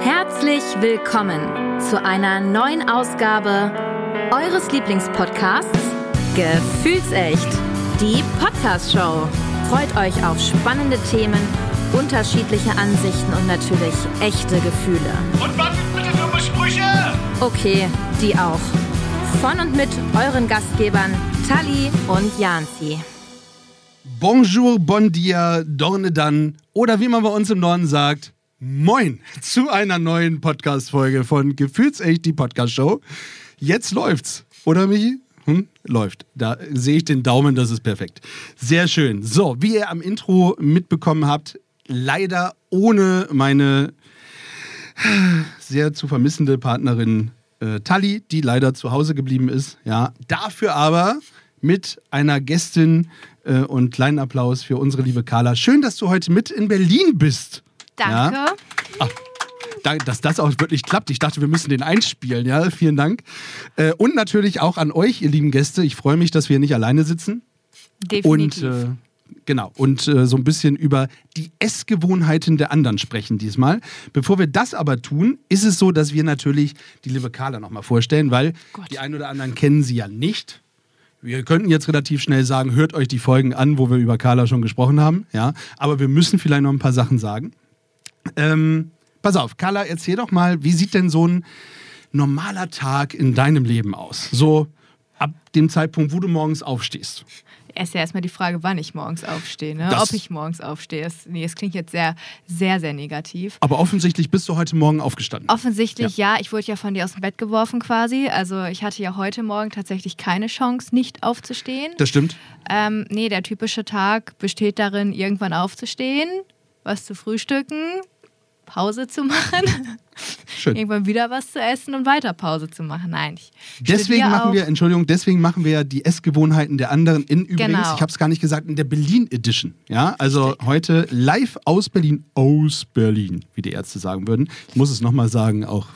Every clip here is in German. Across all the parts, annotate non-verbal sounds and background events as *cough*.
Herzlich willkommen zu einer neuen Ausgabe eures Lieblingspodcasts Gefühlsecht, die Podcast Show. Freut euch auf spannende Themen, unterschiedliche Ansichten und natürlich echte Gefühle. Und was sind bitte dumme Sprüche? Okay, die auch. Von und mit euren Gastgebern Tali und Janzi. Bonjour, bon dia, Dorne dann oder wie man bei uns im Norden sagt, Moin zu einer neuen Podcast-Folge von Gefühlsecht, die Podcast-Show. Jetzt läuft's, oder Michi? Hm? Läuft. Da sehe ich den Daumen, das ist perfekt. Sehr schön. So, wie ihr am Intro mitbekommen habt, leider ohne meine sehr zu vermissende Partnerin äh, Tali, die leider zu Hause geblieben ist. Ja, dafür aber mit einer Gästin äh, und kleinen Applaus für unsere liebe Carla. Schön, dass du heute mit in Berlin bist. Danke. Ja? Ah, da- dass das auch wirklich klappt. Ich dachte, wir müssen den einspielen. Ja, vielen Dank. Äh, und natürlich auch an euch, ihr lieben Gäste. Ich freue mich, dass wir nicht alleine sitzen. Und Definitiv. äh, genau, und äh, so ein bisschen über die Essgewohnheiten der anderen sprechen diesmal. Bevor wir das aber tun, ist es so, dass wir natürlich die liebe Carla nochmal vorstellen, weil die einen oder anderen kennen sie ja nicht. Wir könnten jetzt relativ schnell sagen, hört euch die Folgen an, wo wir über Carla schon gesprochen haben, ja. Aber wir müssen vielleicht noch ein paar Sachen sagen. Ähm, pass auf, Carla, erzähl doch mal, wie sieht denn so ein normaler Tag in deinem Leben aus? So ab dem Zeitpunkt, wo du morgens aufstehst. Erst ja erstmal die Frage, wann ich morgens aufstehe. Ne? Das- Ob ich morgens aufstehe. Das, nee, das klingt jetzt sehr, sehr, sehr negativ. Aber offensichtlich bist du heute Morgen aufgestanden. Offensichtlich ja. Ich wurde ja von dir aus dem Bett geworfen quasi. Also ich hatte ja heute Morgen tatsächlich keine Chance, nicht aufzustehen. das stimmt. Ähm, nee, der typische Tag besteht darin, irgendwann aufzustehen, was zu frühstücken, Pause zu machen, Schön. *laughs* irgendwann wieder was zu essen und weiter Pause zu machen. Nein, ich Deswegen studiere machen auch. wir, Entschuldigung, deswegen machen wir ja die Essgewohnheiten der anderen in übrigens, Genau. ich habe es gar nicht gesagt, in der Berlin Edition. Ja, also heute live aus Berlin, aus Berlin, wie die Ärzte sagen würden. Ich muss es nochmal sagen, auch.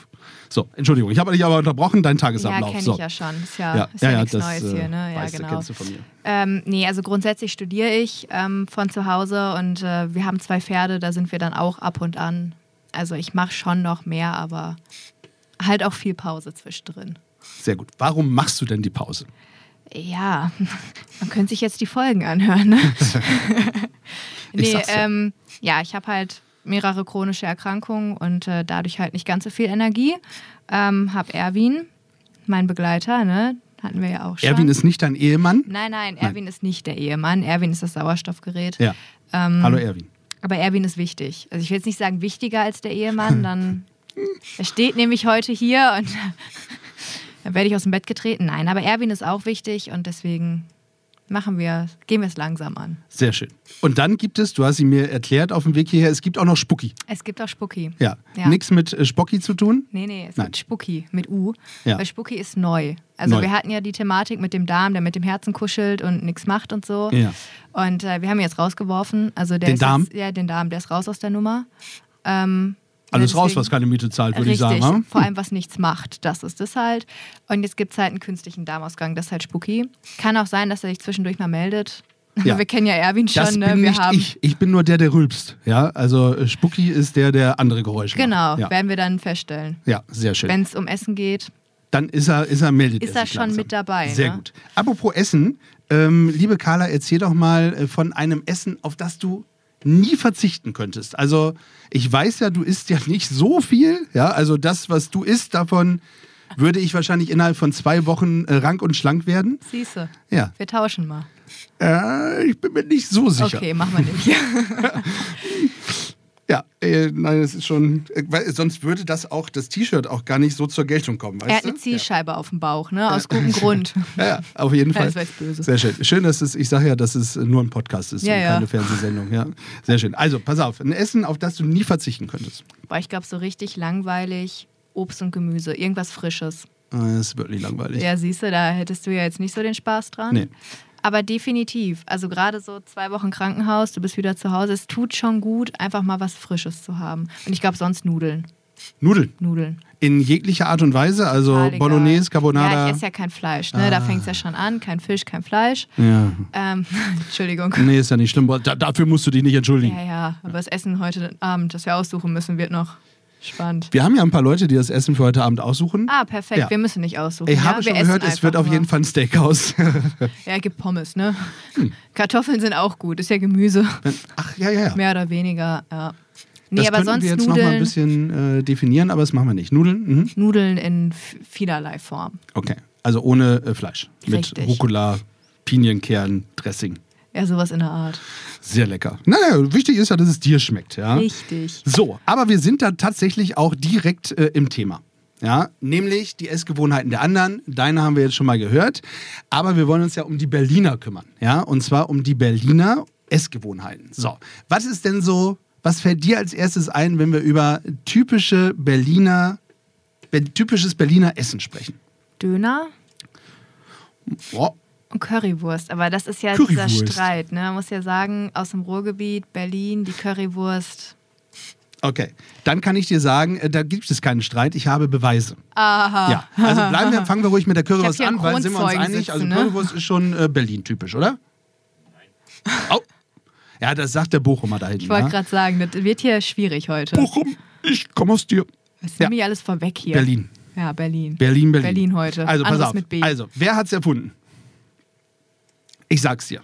So, Entschuldigung, ich habe dich aber unterbrochen, dein Ja, Tagesablauf. kenne ich so. ja schon. Ist ja, ist ja, nichts Neues äh, hier, ne? Ja, weißt du, genau. kennst du von mir. Ähm, nee, also grundsätzlich studiere ich ähm, von zu Hause und äh, wir haben zwei Pferde, da sind wir dann auch ab und an. Also ich mache schon noch mehr, aber halt auch viel Pause zwischendrin. Sehr gut. Warum machst du denn die Pause? Ja, *laughs* man könnte sich jetzt die Folgen anhören. Ne? *laughs* Ich nee, sag's ja. ähm, ja, ich habe halt mehrere chronische Erkrankungen und äh, dadurch halt nicht ganz so viel Energie. Ähm, hab Erwin, mein Begleiter, ne? Hatten wir ja auch schon. Erwin ist nicht dein Ehemann. Nein, nein, Erwin ist nicht der Ehemann. Erwin ist das Sauerstoffgerät. Ja. Ähm, Hallo Erwin. Aber Erwin ist wichtig. Also ich will jetzt nicht sagen wichtiger als der *laughs* Ehemann, dann hm, er steht nämlich heute hier und *laughs* dann werde ich aus dem Bett getreten. Nein, aber Erwin ist auch wichtig und deswegen machen wir, gehen wir es langsam an. Sehr schön. Und dann gibt es, du hast sie mir erklärt auf dem Weg hierher, es gibt auch noch Spucki. Es gibt auch Spucki. Ja. Ja. Nichts mit äh, Spocki zu tun. Nee, nee, es Nein. gibt Spucki mit U. Ja. Weil Spucki ist neu. Also Neu. wir hatten ja die Thematik mit dem Darm, der mit dem Herzen kuschelt und nichts macht und so. Ja. Und äh, wir haben ihn jetzt rausgeworfen. Also der Den ist Darm? Jetzt, ja, den Darm, der ist raus aus der Nummer. Ähm, Alles Also ja, raus, deswegen- was keine Miete zahlt, würde Richtig, ich sagen. ne? ha? vor allem was nichts macht, das ist es halt. Und jetzt gibt es halt einen künstlichen Darmausgang, das ist halt spooky. Kann auch sein, dass er sich zwischendurch mal meldet. *laughs* Ja. Wir kennen ja Erwin schon, Hm. Das ne? bin wir nicht haben ich. Ich bin nur der, der rülpst. Ja, also äh, Spucki ist der, der andere Geräusche Genau, macht. Ja. werden wir dann feststellen. ja, sehr schön. Wenn es um Essen geht. dann ist er, ist er meldet Ist er er sich schon langsam. mit dabei, Sehr ne? gut. Apropos Essen, ähm, liebe Carla, erzähl doch mal äh, von einem Essen, auf das du nie verzichten könntest. Also ich weiß ja, du isst ja nicht so viel. Ja, also das, was du isst, davon würde ich wahrscheinlich innerhalb von zwei Wochen äh, rank und schlank werden. Siehste. Ja, Wir tauschen mal. äh, ich bin mir nicht so sicher. Okay, machen *laughs* wir nicht. Ja, äh, nein, es ist schon, äh, weil, sonst würde das auch, das T-Shirt auch gar nicht so zur Geltung kommen. Weißt er hat du? eine Zielscheibe auf dem Bauch, ne? Aus *laughs* gutem Grund. Ja, ja, auf jeden Ja, Fall. das war jetzt böse. Sehr schön. Schön, dass es, ich sage ja, dass es nur ein Podcast ist Ja, und ja. keine Fernsehsendung. Ja. Sehr schön. Also, pass auf, ein Essen, auf das du nie verzichten könntest. Boah, ich glaube, so richtig langweilig Obst und Gemüse, irgendwas Frisches. Äh, Das ist wirklich langweilig. Ja, siehst du, da hättest du ja jetzt nicht so den Spaß dran. Nee. Aber definitiv. Also gerade so zwei Wochen Krankenhaus, du bist wieder zu Hause. Es tut schon gut, einfach mal was Frisches zu haben. Und ich glaube, sonst Nudeln. Nudeln. Nudeln. In jeglicher Art und Weise, also Total Ah, egal. Bolognese, Carbonara. Ah. Ja, ich esse ja kein Fleisch. Ne? Da fängt es ja schon an. Kein Fisch, kein Fleisch. Ja. Ähm, *laughs* Entschuldigung. Nee, ist ja nicht schlimm. Da, dafür musst du dich nicht entschuldigen. Ja, ja. Aber das Essen heute Abend, das wir aussuchen müssen, wird noch Spannend. Wir haben ja ein paar Leute, die das Essen für heute Abend aussuchen. Ah, perfekt. Ja. Wir müssen nicht aussuchen. ich ja? habe wir schon gehört, essen es wird einfach auf jeden nur. Fall Hm. ein Steakhouse. *laughs* Ja, gibt Pommes, ne? Kartoffeln sind auch gut. Ist ja Gemüse. Ach, ja, ja, ja. Mehr oder weniger, ja. Nee, das aber könnten sonst wir jetzt nochmal ein Nudeln, bisschen äh, definieren, aber das machen wir nicht. Nudeln? Mhm. Nudeln in f- vielerlei Form. Okay. Also ohne äh, Fleisch. Mit Richtig. Rucola, Pinienkern, Dressing. Ja, sowas in der Art. Sehr lecker. Naja, wichtig ist ja, dass es dir schmeckt. Ja? Richtig. So, aber wir sind da tatsächlich auch direkt äh, im Thema. Ja, nämlich die Essgewohnheiten der anderen. Deine haben wir jetzt schon mal gehört. Aber wir wollen uns ja um die Berliner kümmern. Ja, und zwar um die Berliner Essgewohnheiten. So, was ist denn so, was fällt dir als erstes ein, wenn wir über typische Berliner, be- typisches Berliner Essen sprechen? Döner Oh, und Currywurst. Aber das ist ja Currywurst. dieser Streit, ne? Man muss ja sagen, aus dem Ruhrgebiet, Berlin, die Currywurst. okay, dann kann ich dir sagen, äh, da gibt es keinen Streit. Ich habe Beweise. Aha. Ja, *laughs* also bleiben wir, fangen wir ruhig mit der Currywurst Ich hab hier an, weil einen sind wir uns Kronzeugen einig, also sitzen, ne? Currywurst ist schon äh, Berlin-typisch, oder? Oh. Ja, das sagt der Bochumer da hinten. Ich wollte ja? gerade sagen, das wird hier schwierig heute. Bochum, ich komme aus dir. Das Ja. nehme ich alles vorweg hier. Berlin. Ja, Berlin. Berlin, Berlin. Berlin heute. Also, pass Anderes auf. mit B. Also, wer hat's erfunden? Ich sag's dir.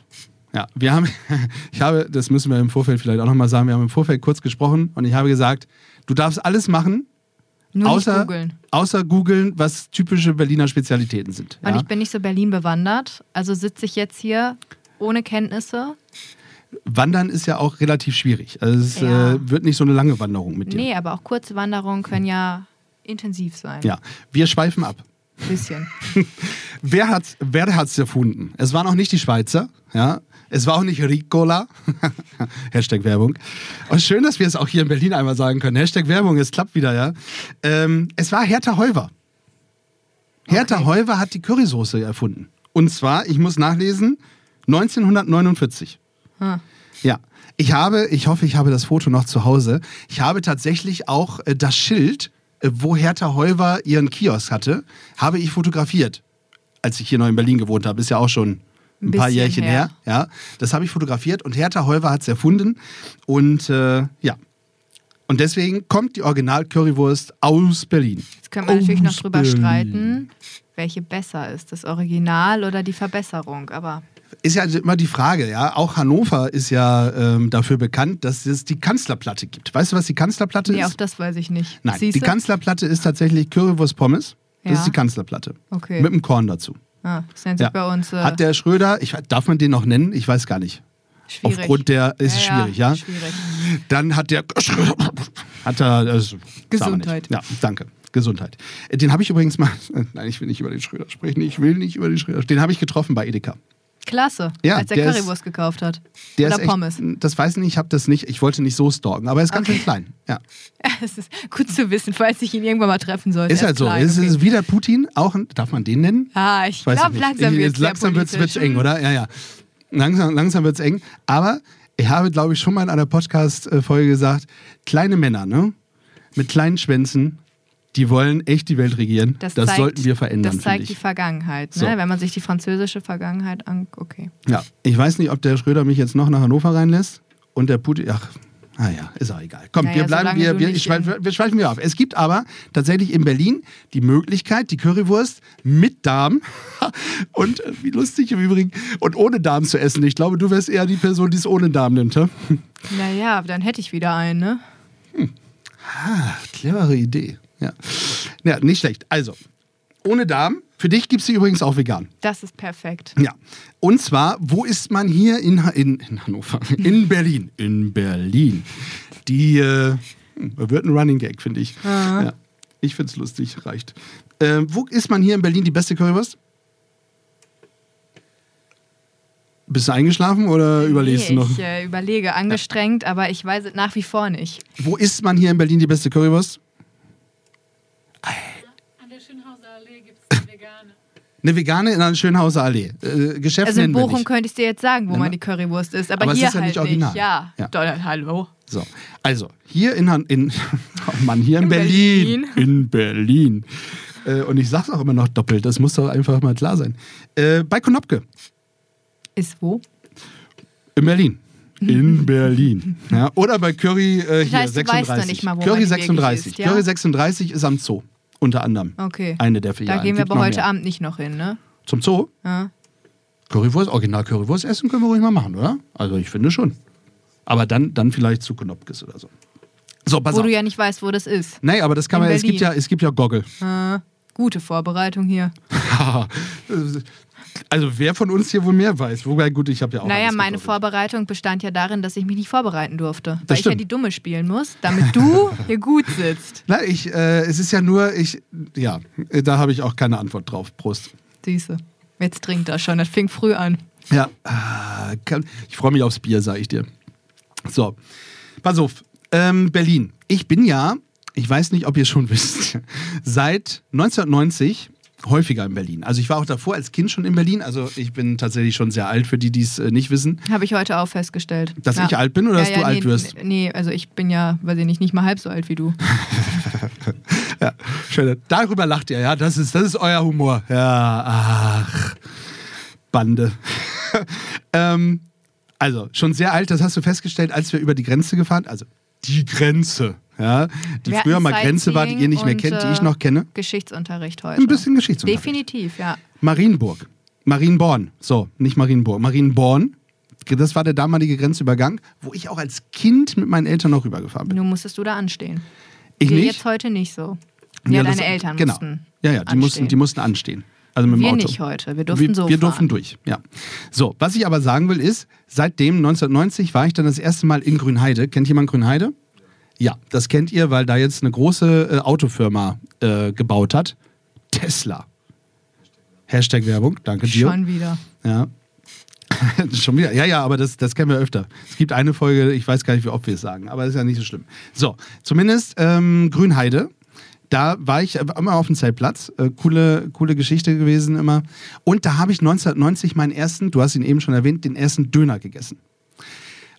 Ja, wir haben, *laughs* ich habe, das müssen wir im Vorfeld vielleicht auch nochmal sagen, wir haben im Vorfeld kurz gesprochen und ich habe gesagt, du darfst alles machen, Nur außer, nicht googeln. außer googeln, was typische Berliner Spezialitäten sind. Und ja? ich bin nicht so Berlin bewandert. Also sitze ich jetzt hier ohne Kenntnisse. Wandern ist ja auch relativ schwierig. Also es Ja. äh, wird nicht so eine lange Wanderung mit dir. Nee, aber auch kurze Wanderungen können ja intensiv sein. Ja, wir schweifen ab. Ein bisschen. Wer hat's, wer hat's erfunden? Es waren auch nicht die Schweizer, ja. Es war auch nicht Ricola. *laughs* Hashtag Werbung. Und schön, dass wir es auch hier in Berlin einmal sagen können. Hashtag Werbung, es klappt wieder, ja. Ähm, es war Hertha Heuwer. Hertha Heuwer hat die Currysoße erfunden. Und zwar, ich muss nachlesen, 1949. Ah. Ja. Ich habe, ich hoffe, ich habe das Foto noch zu Hause. Ich habe tatsächlich auch äh, das Schild, äh, wo Hertha Heuwer ihren Kiosk hatte, habe ich fotografiert. Als ich hier noch in Berlin gewohnt habe, ist ja auch schon ein, Ein paar bisschen Jährchen her. Ja, das habe ich fotografiert und Hertha Heuwer hat es erfunden. Und äh, ja. Und deswegen kommt die Original-Currywurst aus Berlin. Jetzt können wir natürlich noch drüber Aus streiten, welche besser ist, das Original oder die Verbesserung. Aber ist ja also immer die Frage, ja. Auch Hannover ist ja ähm, dafür bekannt, dass es die Kanzlerplatte gibt. Weißt du, was die Kanzlerplatte nee, auch ist? das weiß ich nicht. Nein, Siehst die du? Kanzlerplatte ist tatsächlich Currywurst Pommes. Das Ja. ist die Kanzlerplatte. Okay. Mit dem Korn dazu. Ah, das nennt sich bei uns äh, Hat der Schröder, ich, darf man den noch nennen? Ich weiß gar nicht. schwierig. Aufgrund der ist ja, schwierig, ja. Schwierig. Dann hat der *laughs* Schröder, hat er das sagen wir nicht. Gesundheit. Ja, danke. Gesundheit. Äh, Den habe ich übrigens mal. *laughs* Nein, ich will nicht über den Schröder sprechen. Ich will nicht über den Schröder. Den habe ich getroffen bei Edeka. Klasse, Ja, als er der ist- Currywurst gekauft hat. Der oder ist echt, Pommes. *laughs* Das weiß ich nicht, ich habe das nicht, ich wollte nicht so stalken, aber er ist ganz schön klein. Ja. Es ist gut zu wissen, falls ich ihn irgendwann mal treffen sollte. Ist Er halt so. klein, Es okay. ist wieder Putin, auch ein, darf man den nennen? Ah, ich Weiß glaube, ich nicht. langsam Ich- wird es langsam wird's, wird's eng, oder? Ja, ja. Langsam, langsam wird es eng. Aber ich habe, glaube ich, schon mal in einer Podcast-Folge gesagt, kleine Männer, ne? Mit kleinen Schwänzen, die wollen echt die Welt regieren. Das, zeigt- sollten wir verändern, Das finde zeigt die ich. Vergangenheit. So. Ne? Wenn man sich die französische Vergangenheit an... Okay. Ja. Ich weiß nicht, ob der Schröder mich jetzt noch nach Hannover reinlässt und der Putin. Ach, naja, ist auch egal. Komm, Naja, wir bleiben, solange wir, du wir, nicht ich schweif, wir schweifen wieder ab. Es gibt aber tatsächlich in Berlin die Möglichkeit, die Currywurst mit Darm *laughs* und äh, wie lustig im Übrigen und ohne Darm zu essen. Ich glaube, du wärst eher die Person, die es ohne Darm nimmt. hä? Naja, dann hätte ich wieder einen, ne? Ah, clevere Idee. Ja. ja, nicht schlecht. Also, ohne Darm. Für dich gibt es sie übrigens auch vegan. Das ist perfekt. Ja. Und zwar, wo ist man hier in, Ha- in, in Hannover? In Berlin. In Berlin. Die äh, hm, wird ein Running Gag, finde ich. Ja. Ich finde es lustig, reicht. Ähm, wo ist man hier in Berlin die beste Currywurst? Bist du eingeschlafen oder überlegst nee, du noch? Ich äh, überlege angestrengt, aber ich weiß es nach wie vor nicht. Wo isst man hier in Berlin die beste Currywurst? An der Schönhauser Allee gibt es eine vegane. Eine vegane in einer Schönhauser Allee. Äh, Geschäft Also in nennen wir Bochum nicht. könnte ich dir jetzt sagen, wo Nimm mal. man die Currywurst isst, aber, Aber es hier ist ja halt nicht original. Ja. Ja. Donald, hallo. So, also hier in, Han in *laughs* oh Mann, hier in, In Berlin. In Berlin. Äh, und ich sag's auch immer noch doppelt, das muss doch einfach mal klar sein. Äh, bei Konopke Ist wo? in Berlin. *laughs* in Berlin. Ja, oder bei Curry äh, hier, heißt, du weißt noch 36. nicht mal, wo man Curry die 36. wirklich ist, ja? Curry 36 ist am Zoo, unter anderem. Okay. Eine der Da Filialen. gehen wir Gibt aber noch heute mehr. Abend nicht noch hin, ne? Zum Zoo? Ja. Currywurst, Original Currywurst essen können wir ruhig mal machen, oder? Also ich finde schon. Aber dann, dann vielleicht zu Knopkes oder so. So, pass Wo auf. du ja nicht weißt, wo das ist. nee, aber das kann in man, es gibt ja, Berlin. es gibt ja Goggle. Äh, gute Vorbereitung hier. *laughs* also wer von uns hier wohl mehr weiß? Wobei, gut, ich habe ja auch naja, alles meine gegoogelt. Vorbereitung bestand ja darin, dass ich mich nicht vorbereiten durfte. weil ich ja stimmt. die Dumme spielen muss, *laughs* damit du hier gut sitzt. Na, ich, äh, es ist ja nur, ich, ja, äh, da habe ich auch keine Antwort drauf. Prost. Siehste. Jetzt trinkt er schon, das fing früh an. Ja, ah, kann, ich freue mich aufs Bier, sage ich dir. So, pass auf, ähm, Berlin. Ich bin ja, ich weiß nicht, ob ihr schon *laughs* wisst, seit 1990 häufiger in Berlin. Also ich war auch davor als Kind schon in Berlin. Also ich bin tatsächlich schon sehr alt, für die, die es äh, nicht wissen. Habe ich heute auch festgestellt. Dass ich alt bin oder dass du nee, alt wirst? Nee, also ich bin ja, weiß ich nicht, nicht mal halb so alt wie du. Ja, schön. Darüber lacht ihr, ja. Das ist, das ist euer Humor. Ja, ach. Bande. *laughs* ähm, also, schon sehr alt, das hast du festgestellt, als wir über die Grenze gefahren. Also, die Grenze. Ja, die Wir früher hatten mal Grenze war, die ihr nicht mehr Sightseeing kennt, und, die ich noch kenne. äh, Geschichtsunterricht heute. Ein bisschen Geschichtsunterricht. Definitiv, ja. Marienburg. Marienborn. So, nicht Marienburg. Marienborn. Das war der damalige Grenzübergang, wo ich auch als Kind mit meinen Eltern noch rübergefahren bin. Nur musstest du da anstehen. Ich Wir nicht. jetzt heute nicht so. Ja, deine das- Eltern genau. mussten. Ja, ja, die mussten, anstehen. die mussten anstehen. Also mit dem Wir Auto. nicht heute, wir durften wir, so Wir durften fahren. durch, ja. So, was ich aber sagen will ist, seitdem 1990 war ich dann das erste Mal in Grünheide. Kennt jemand Grünheide? Ja, das kennt ihr, weil da jetzt eine große äh, Autofirma äh, gebaut hat. Tesla. Hashtag Werbung, danke Gio. Schon wieder. Ja. *laughs* Schon wieder. Ja, ja, aber das, das kennen wir öfter. Es gibt eine Folge, ich weiß gar nicht, wie oft wir es sagen, aber ist ja nicht so schlimm. So, zumindest ähm, Grünheide. Da war ich äh, immer auf dem Zeltplatz. Äh, coole, coole Geschichte gewesen immer. Und da habe ich 1990 meinen ersten, du hast ihn eben schon erwähnt, den ersten Döner gegessen.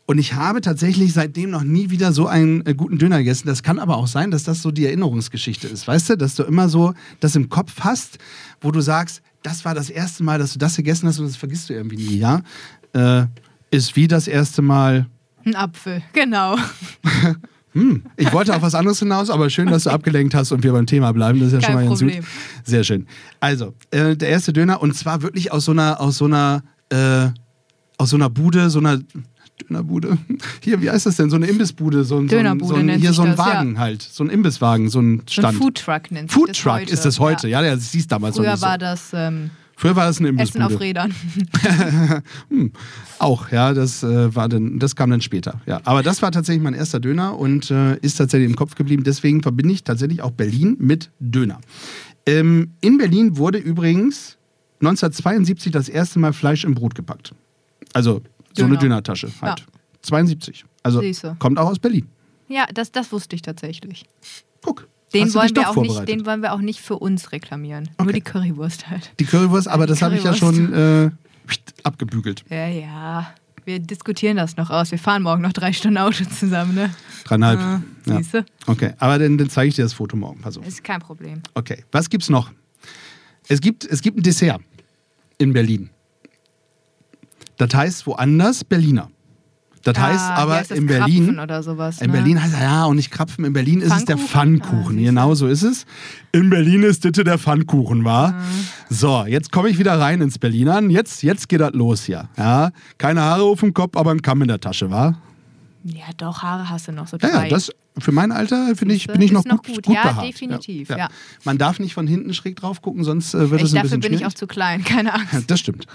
Und ich habe tatsächlich seitdem noch nie wieder so einen äh, guten Döner gegessen. Das kann aber auch sein, dass das so die Erinnerungsgeschichte ist. Weißt du, dass du immer so das im Kopf hast, wo du sagst, das war das erste Mal, dass du das gegessen hast und das vergisst du irgendwie nie, ja? Äh, ist wie das erste Mal. Ein Apfel, genau. Ich wollte auf was anderes hinaus, aber schön, dass du abgelenkt hast und wir beim Thema bleiben. Das ist ja Kein schon mal ganz Problem. gut. Sehr schön. Also, äh, der erste Döner und zwar wirklich aus so einer, aus so einer, äh, aus so einer Bude, so einer Dönerbude. Hier, wie heißt das denn? So eine Imbissbude, so ein, so ein, Dönerbude so ein nennt hier sich so ein das, ja. Wagen halt, so ein Imbisswagen, so ein So ein Stand. Foodtruck nennt sich das Foodtruck heute. ist das heute, ja, ja das hieß damals noch Früher nicht so. war das ähm, Früher war das eine Imbissbude. Essen auf Rädern. *laughs* Auch, ja, das, äh, war dann, das kam dann später. Ja. Aber das war tatsächlich mein erster Döner und äh, ist tatsächlich im Kopf geblieben. Deswegen verbinde ich tatsächlich auch Berlin mit Döner. Ähm, in Berlin wurde übrigens 1972 das erste Mal Fleisch im Brot gepackt. Also so eine Döner. Dönertasche halt. 72. Also Siehste. kommt auch aus Berlin. Ja, das, das wusste ich tatsächlich. Guck. Den hast du wollen, dich doch wir auch nicht, vorbereitet. den wollen wir auch nicht für uns reklamieren. Nur Okay. die Currywurst halt. die Currywurst, aber das habe ich ja Currywurst. schon äh, abgebügelt. Ja, ja. Wir diskutieren das noch aus. Wir fahren morgen noch drei Stunden Auto zusammen, ne? Dreieinhalb. Ja, ja. siehste. Okay, aber dann, dann zeige ich dir das Foto morgen. Pass auf. Ist kein Problem. Okay, was gibt's noch? Es gibt, es gibt ein Dessert in Berlin. Das heißt woanders Berliner. Das Ah, heißt hier aber heißt das in Krapfen Berlin. oder sowas, in ne? Berlin heißt er ja und nicht Krapfen. In Berlin ist es der Pfannkuchen? Ah, Pfannkuchen. siehst du. Mhm. genau so ist es. In Berlin ist Ditte der Pfannkuchen, war. So, jetzt komme ich wieder rein ins Berlinern. Jetzt, jetzt geht das los hier. Ja, keine Haare auf dem Kopf, aber ein Kamm in der Tasche, war. Ja, doch, Haare hast du noch so Ja, drei. ja, das für mein Alter finde ich, Siehste, bin ich noch, ist noch gut, gut. gut. Ja, behaart. definitiv, ja. Man darf nicht von hinten schräg drauf gucken, sonst äh, wird ich, es ein dafür bisschen bin ich auch schwierig. zu klein, keine *laughs* Angst. das stimmt.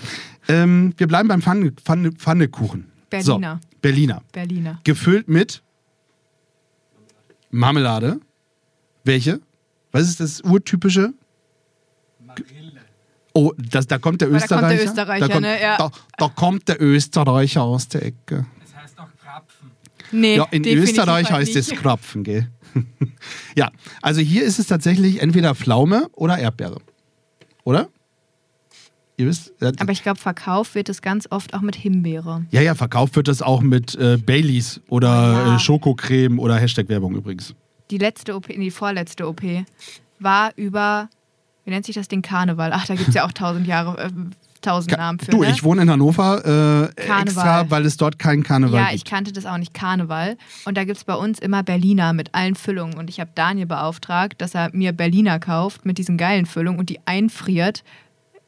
Ähm, wir bleiben beim Pfanne, Pfanne, Pfannekuchen. Berliner. So, Berliner. Berliner. Gefüllt mit Marmelade. Welche? Was ist das urtypische? Oh, das, da kommt der da kommt der Österreicher. Österreicher, kommt, ne? Ja. da, da kommt der Österreicher aus der Ecke. Das heißt auch Krapfen. Nee, Ja, in definitiv Österreich halt heißt nicht. es Krapfen, gell? *laughs* ja, also hier ist es tatsächlich entweder Pflaume oder Erdbeere. Oder? Ihr wisst, äh, Aber ich glaube, verkauft wird es ganz oft auch mit Himbeere. ja, ja, verkauft wird das auch mit äh, Baileys oder Ah, Ja. äh, Schokocreme oder Hashtag-Werbung übrigens. Die letzte OP, nee, die vorletzte OP, war über, wie nennt sich das Ding, Karneval. Ach, da gibt es ja auch tausend Jahre äh, tausend Namen für. du, ne? ich wohne in Hannover äh, Karneval. extra, weil es dort keinen Karneval ja, ich gibt. kannte das auch nicht, Karneval. Und da gibt es bei uns immer Berliner mit allen Füllungen. Und ich habe Daniel beauftragt, dass er mir Berliner kauft mit diesen geilen Füllungen und die einfriert.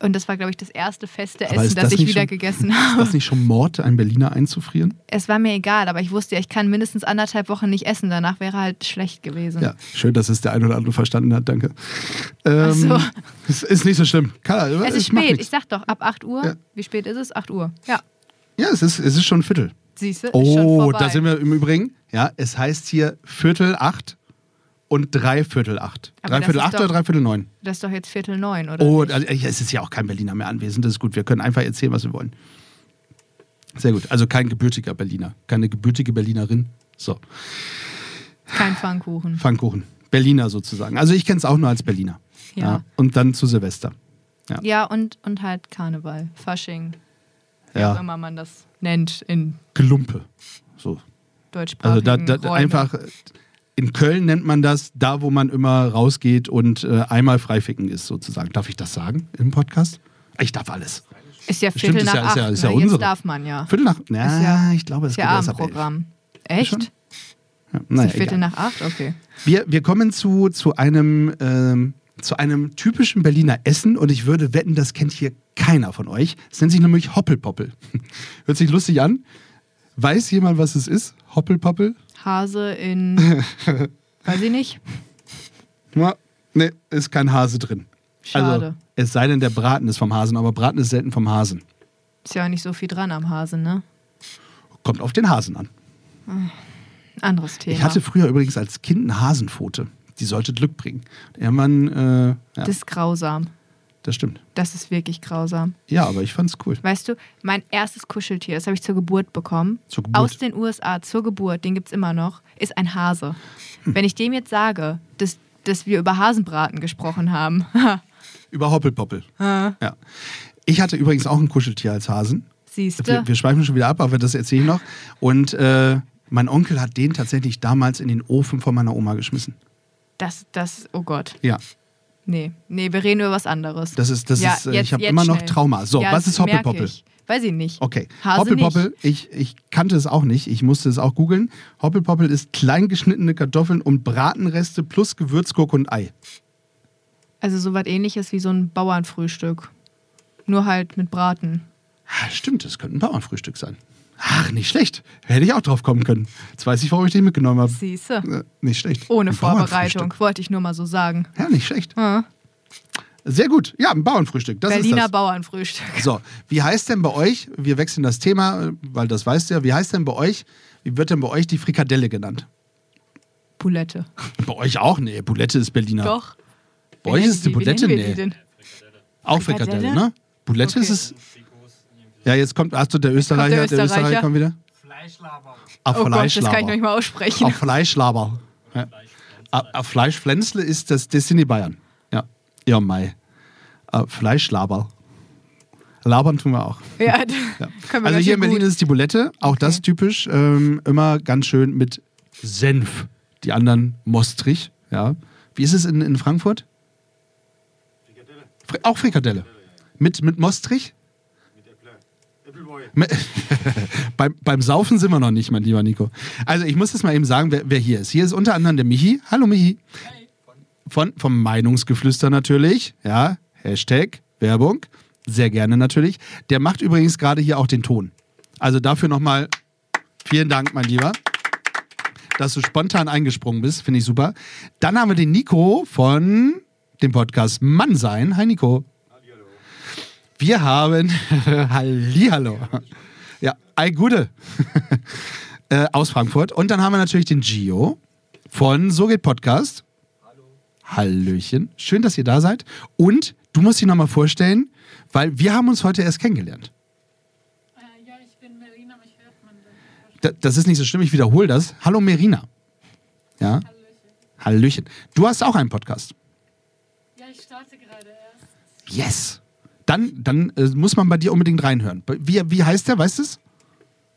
Und das war, glaube ich, das erste feste Aber Essen, ist das, das ich nicht wieder schon- *laughs* gegessen Ist das habe. nicht schon Mord, einen Berliner einzufrieren? Es war mir egal, aber ich wusste ja, ich kann mindestens anderthalb Wochen nicht essen. Danach wäre halt schlecht gewesen. Ja, schön, dass es der ein oder andere verstanden hat, danke. Ähm, so. Es ist nicht so schlimm. Kann, Es ist macht spät, nichts. ich sag doch, ab 8 Uhr. Ja. Wie spät ist es? 8 Uhr. Ja, Ja, es ist, es ist schon Viertel. siehst du, ist schon Oh, vorbei. da sind wir im Übrigen. Ja, es heißt hier Viertel acht und Dreiviertel acht. Aber Dreiviertel das ist acht oder doch- Dreiviertel neun? Das ist doch jetzt Viertel neun, oder? Oh, nicht? also, äh, es ist ja auch kein Berliner mehr anwesend. Das ist gut. Wir können einfach erzählen, was wir wollen. Sehr gut. Also kein gebürtiger Berliner. Keine gebürtige Berlinerin. So, Kein Pfannkuchen. Pfannkuchen. Berliner sozusagen. Also ich kenne es auch nur als Berliner. Ja. Und dann zu Silvester. Ja. Ja, und, und halt Karneval, Fasching, wie auch ja. immer man das nennt in Gelumpe. So. Also deutschsprachigen da, da, Räumen. einfach. äh, In Köln nennt man das da, wo man immer rausgeht und äh, einmal freificken ist, sozusagen. Darf ich das sagen im Podcast? Ich darf alles. Ist ja Stimmt, Viertel ist nach ja- ist acht, ja- ist ja ne? jetzt unsere. darf man ja. Viertel nach. Na, Ist ja- ich glaube, es Ist geht ja erst ab elf. Abendprogramm. Echt? Schon? Ist Ja, es naja, egal. Viertel nach acht? Okay. Wir, wir kommen zu, zu, einem, ähm, zu einem typischen Berliner Essen und ich würde wetten, das kennt hier keiner von euch. Es nennt sich nämlich Hoppelpoppel. *laughs* Hört sich lustig an. Weiß jemand, was es ist? Hoppelpoppel? Hase *laughs* in, weiß ich nicht, Ja, nee, ist kein Hase drin. Also, Schade. es sei denn, der Braten ist vom Hasen, aber Braten ist selten vom Hasen. ist ja auch nicht so viel dran am Hasen, ne? Kommt auf den Hasen an. Anderes Thema. Ich hatte früher übrigens als Kind eine Hasenpfote. Die sollte Glück bringen. Irgendwann, äh, ja, das das, ist grausam. stimmt. Das ist wirklich grausam. Ja, aber ich fand's cool. Weißt du, mein erstes Kuscheltier, das habe ich zur Geburt bekommen. Zur Geburt? Aus den USA, zur Geburt, den gibt es immer noch, ist ein Hase. Hm. Wenn ich dem jetzt sage, dass, dass wir über Hasenbraten gesprochen haben, *laughs* Über Hoppelpoppel. Ja. Ich hatte übrigens auch ein Kuscheltier als Hasen. siehst du, Wir, wir schweifen schon wieder ab, aber das erzähle ich noch. Und äh, mein Onkel hat den tatsächlich damals in den Ofen von meiner Oma geschmissen. das, das, oh Gott. Ja, Nee, nee, wir reden über was anderes. das ist, das Ja, ist, äh, jetzt- ich habe jetzt immer noch schnell. Trauma. So, Ja, was ist das merk Hoppelpoppel? ich. Weiß ich nicht. Okay. Hase Hoppelpoppel, ich, ich kannte es auch nicht. Ich musste es auch googeln. Hoppelpoppel ist klein geschnittene Kartoffeln und Bratenreste plus Gewürzgurke und Ei. Also so was ähnliches wie so ein Bauernfrühstück. Nur halt mit Braten. Ah, Stimmt, das könnte ein Bauernfrühstück sein. Ach, nicht schlecht. Hätte ich auch drauf kommen können. Jetzt weiß ich, warum ich den mitgenommen habe. Siehst du? Äh, Nicht schlecht. Ohne Ein Vorbereitung, wollte ich nur mal so sagen. Bauernfrühstück. Ja, nicht schlecht. Ja. Sehr gut. Ja, ein Bauernfrühstück. Das Berliner ist das. Bauernfrühstück. So, wie heißt denn bei euch, wir wechseln das Thema, äh, weil das weißt du ja, wie heißt denn bei euch, wie wird denn bei euch die Frikadelle genannt? Bulette. Bei euch auch? Nee, Bulette ist Berliner. Doch. Bei Wie euch nennen ist die wie Bulette? nennen wir die Nee. denn? Auch Frikadelle, Frikadelle? ne? Bulette Okay. ist es. Ja, jetzt kommt, hast du der Österreicher, der der Österreicher Österreicher. kommt wieder. Auf Oh Gott, das kann ich noch nicht Fleischlaber. mal aussprechen. Auf Fleischlaber. Ja. Auf- Auf Fleischpflänzle ist das, das sind die Bayern. Ja, ja, Mai. Auf Fleischlaber. Labern tun wir auch. *laughs* *laughs* Ja, d- können wir Also ganz hier schön in Berlin gut. ist es die Bulette, auch das typisch, ähm, immer ganz schön mit Senf. Die anderen Mostrich, ja. Wie ist es in, in Frankfurt? Frikadelle. auch Frikadelle. Mit, mit Mostrich? Mit *laughs* beim, beim Saufen sind wir noch nicht, mein lieber Nico. Also ich muss das mal eben sagen, wer, wer hier ist. Hier ist unter anderem der Michi. Hallo Michi. Von, vom Meinungsgeflüster natürlich. Ja, Hashtag Werbung. Sehr gerne natürlich. Der macht übrigens gerade hier auch den Ton. Also dafür nochmal vielen Dank, mein Lieber. Dass du spontan eingesprungen bist, finde ich super. Dann haben wir den Nico von dem Podcast Mann sein. Hi Nico. Wir haben *laughs* Hallihallo. Ja, ei Gude *laughs* äh, aus Frankfurt. Und dann haben wir natürlich den Gio von So geht Podcast. Hallöchen. Schön, dass ihr da seid. Und du musst dich nochmal vorstellen, weil wir haben uns heute erst kennengelernt. Äh, ja, ich bin Merina, mich hört man dann. Da, das ist nicht so schlimm, ich wiederhole das. Hallo Merina. Ja? Hallöchen. Du hast auch einen Podcast. Ja, ich starte gerade erst. Yes. Dann, dann äh, muss man bei dir unbedingt reinhören. Wie, wie heißt der, weißt du es?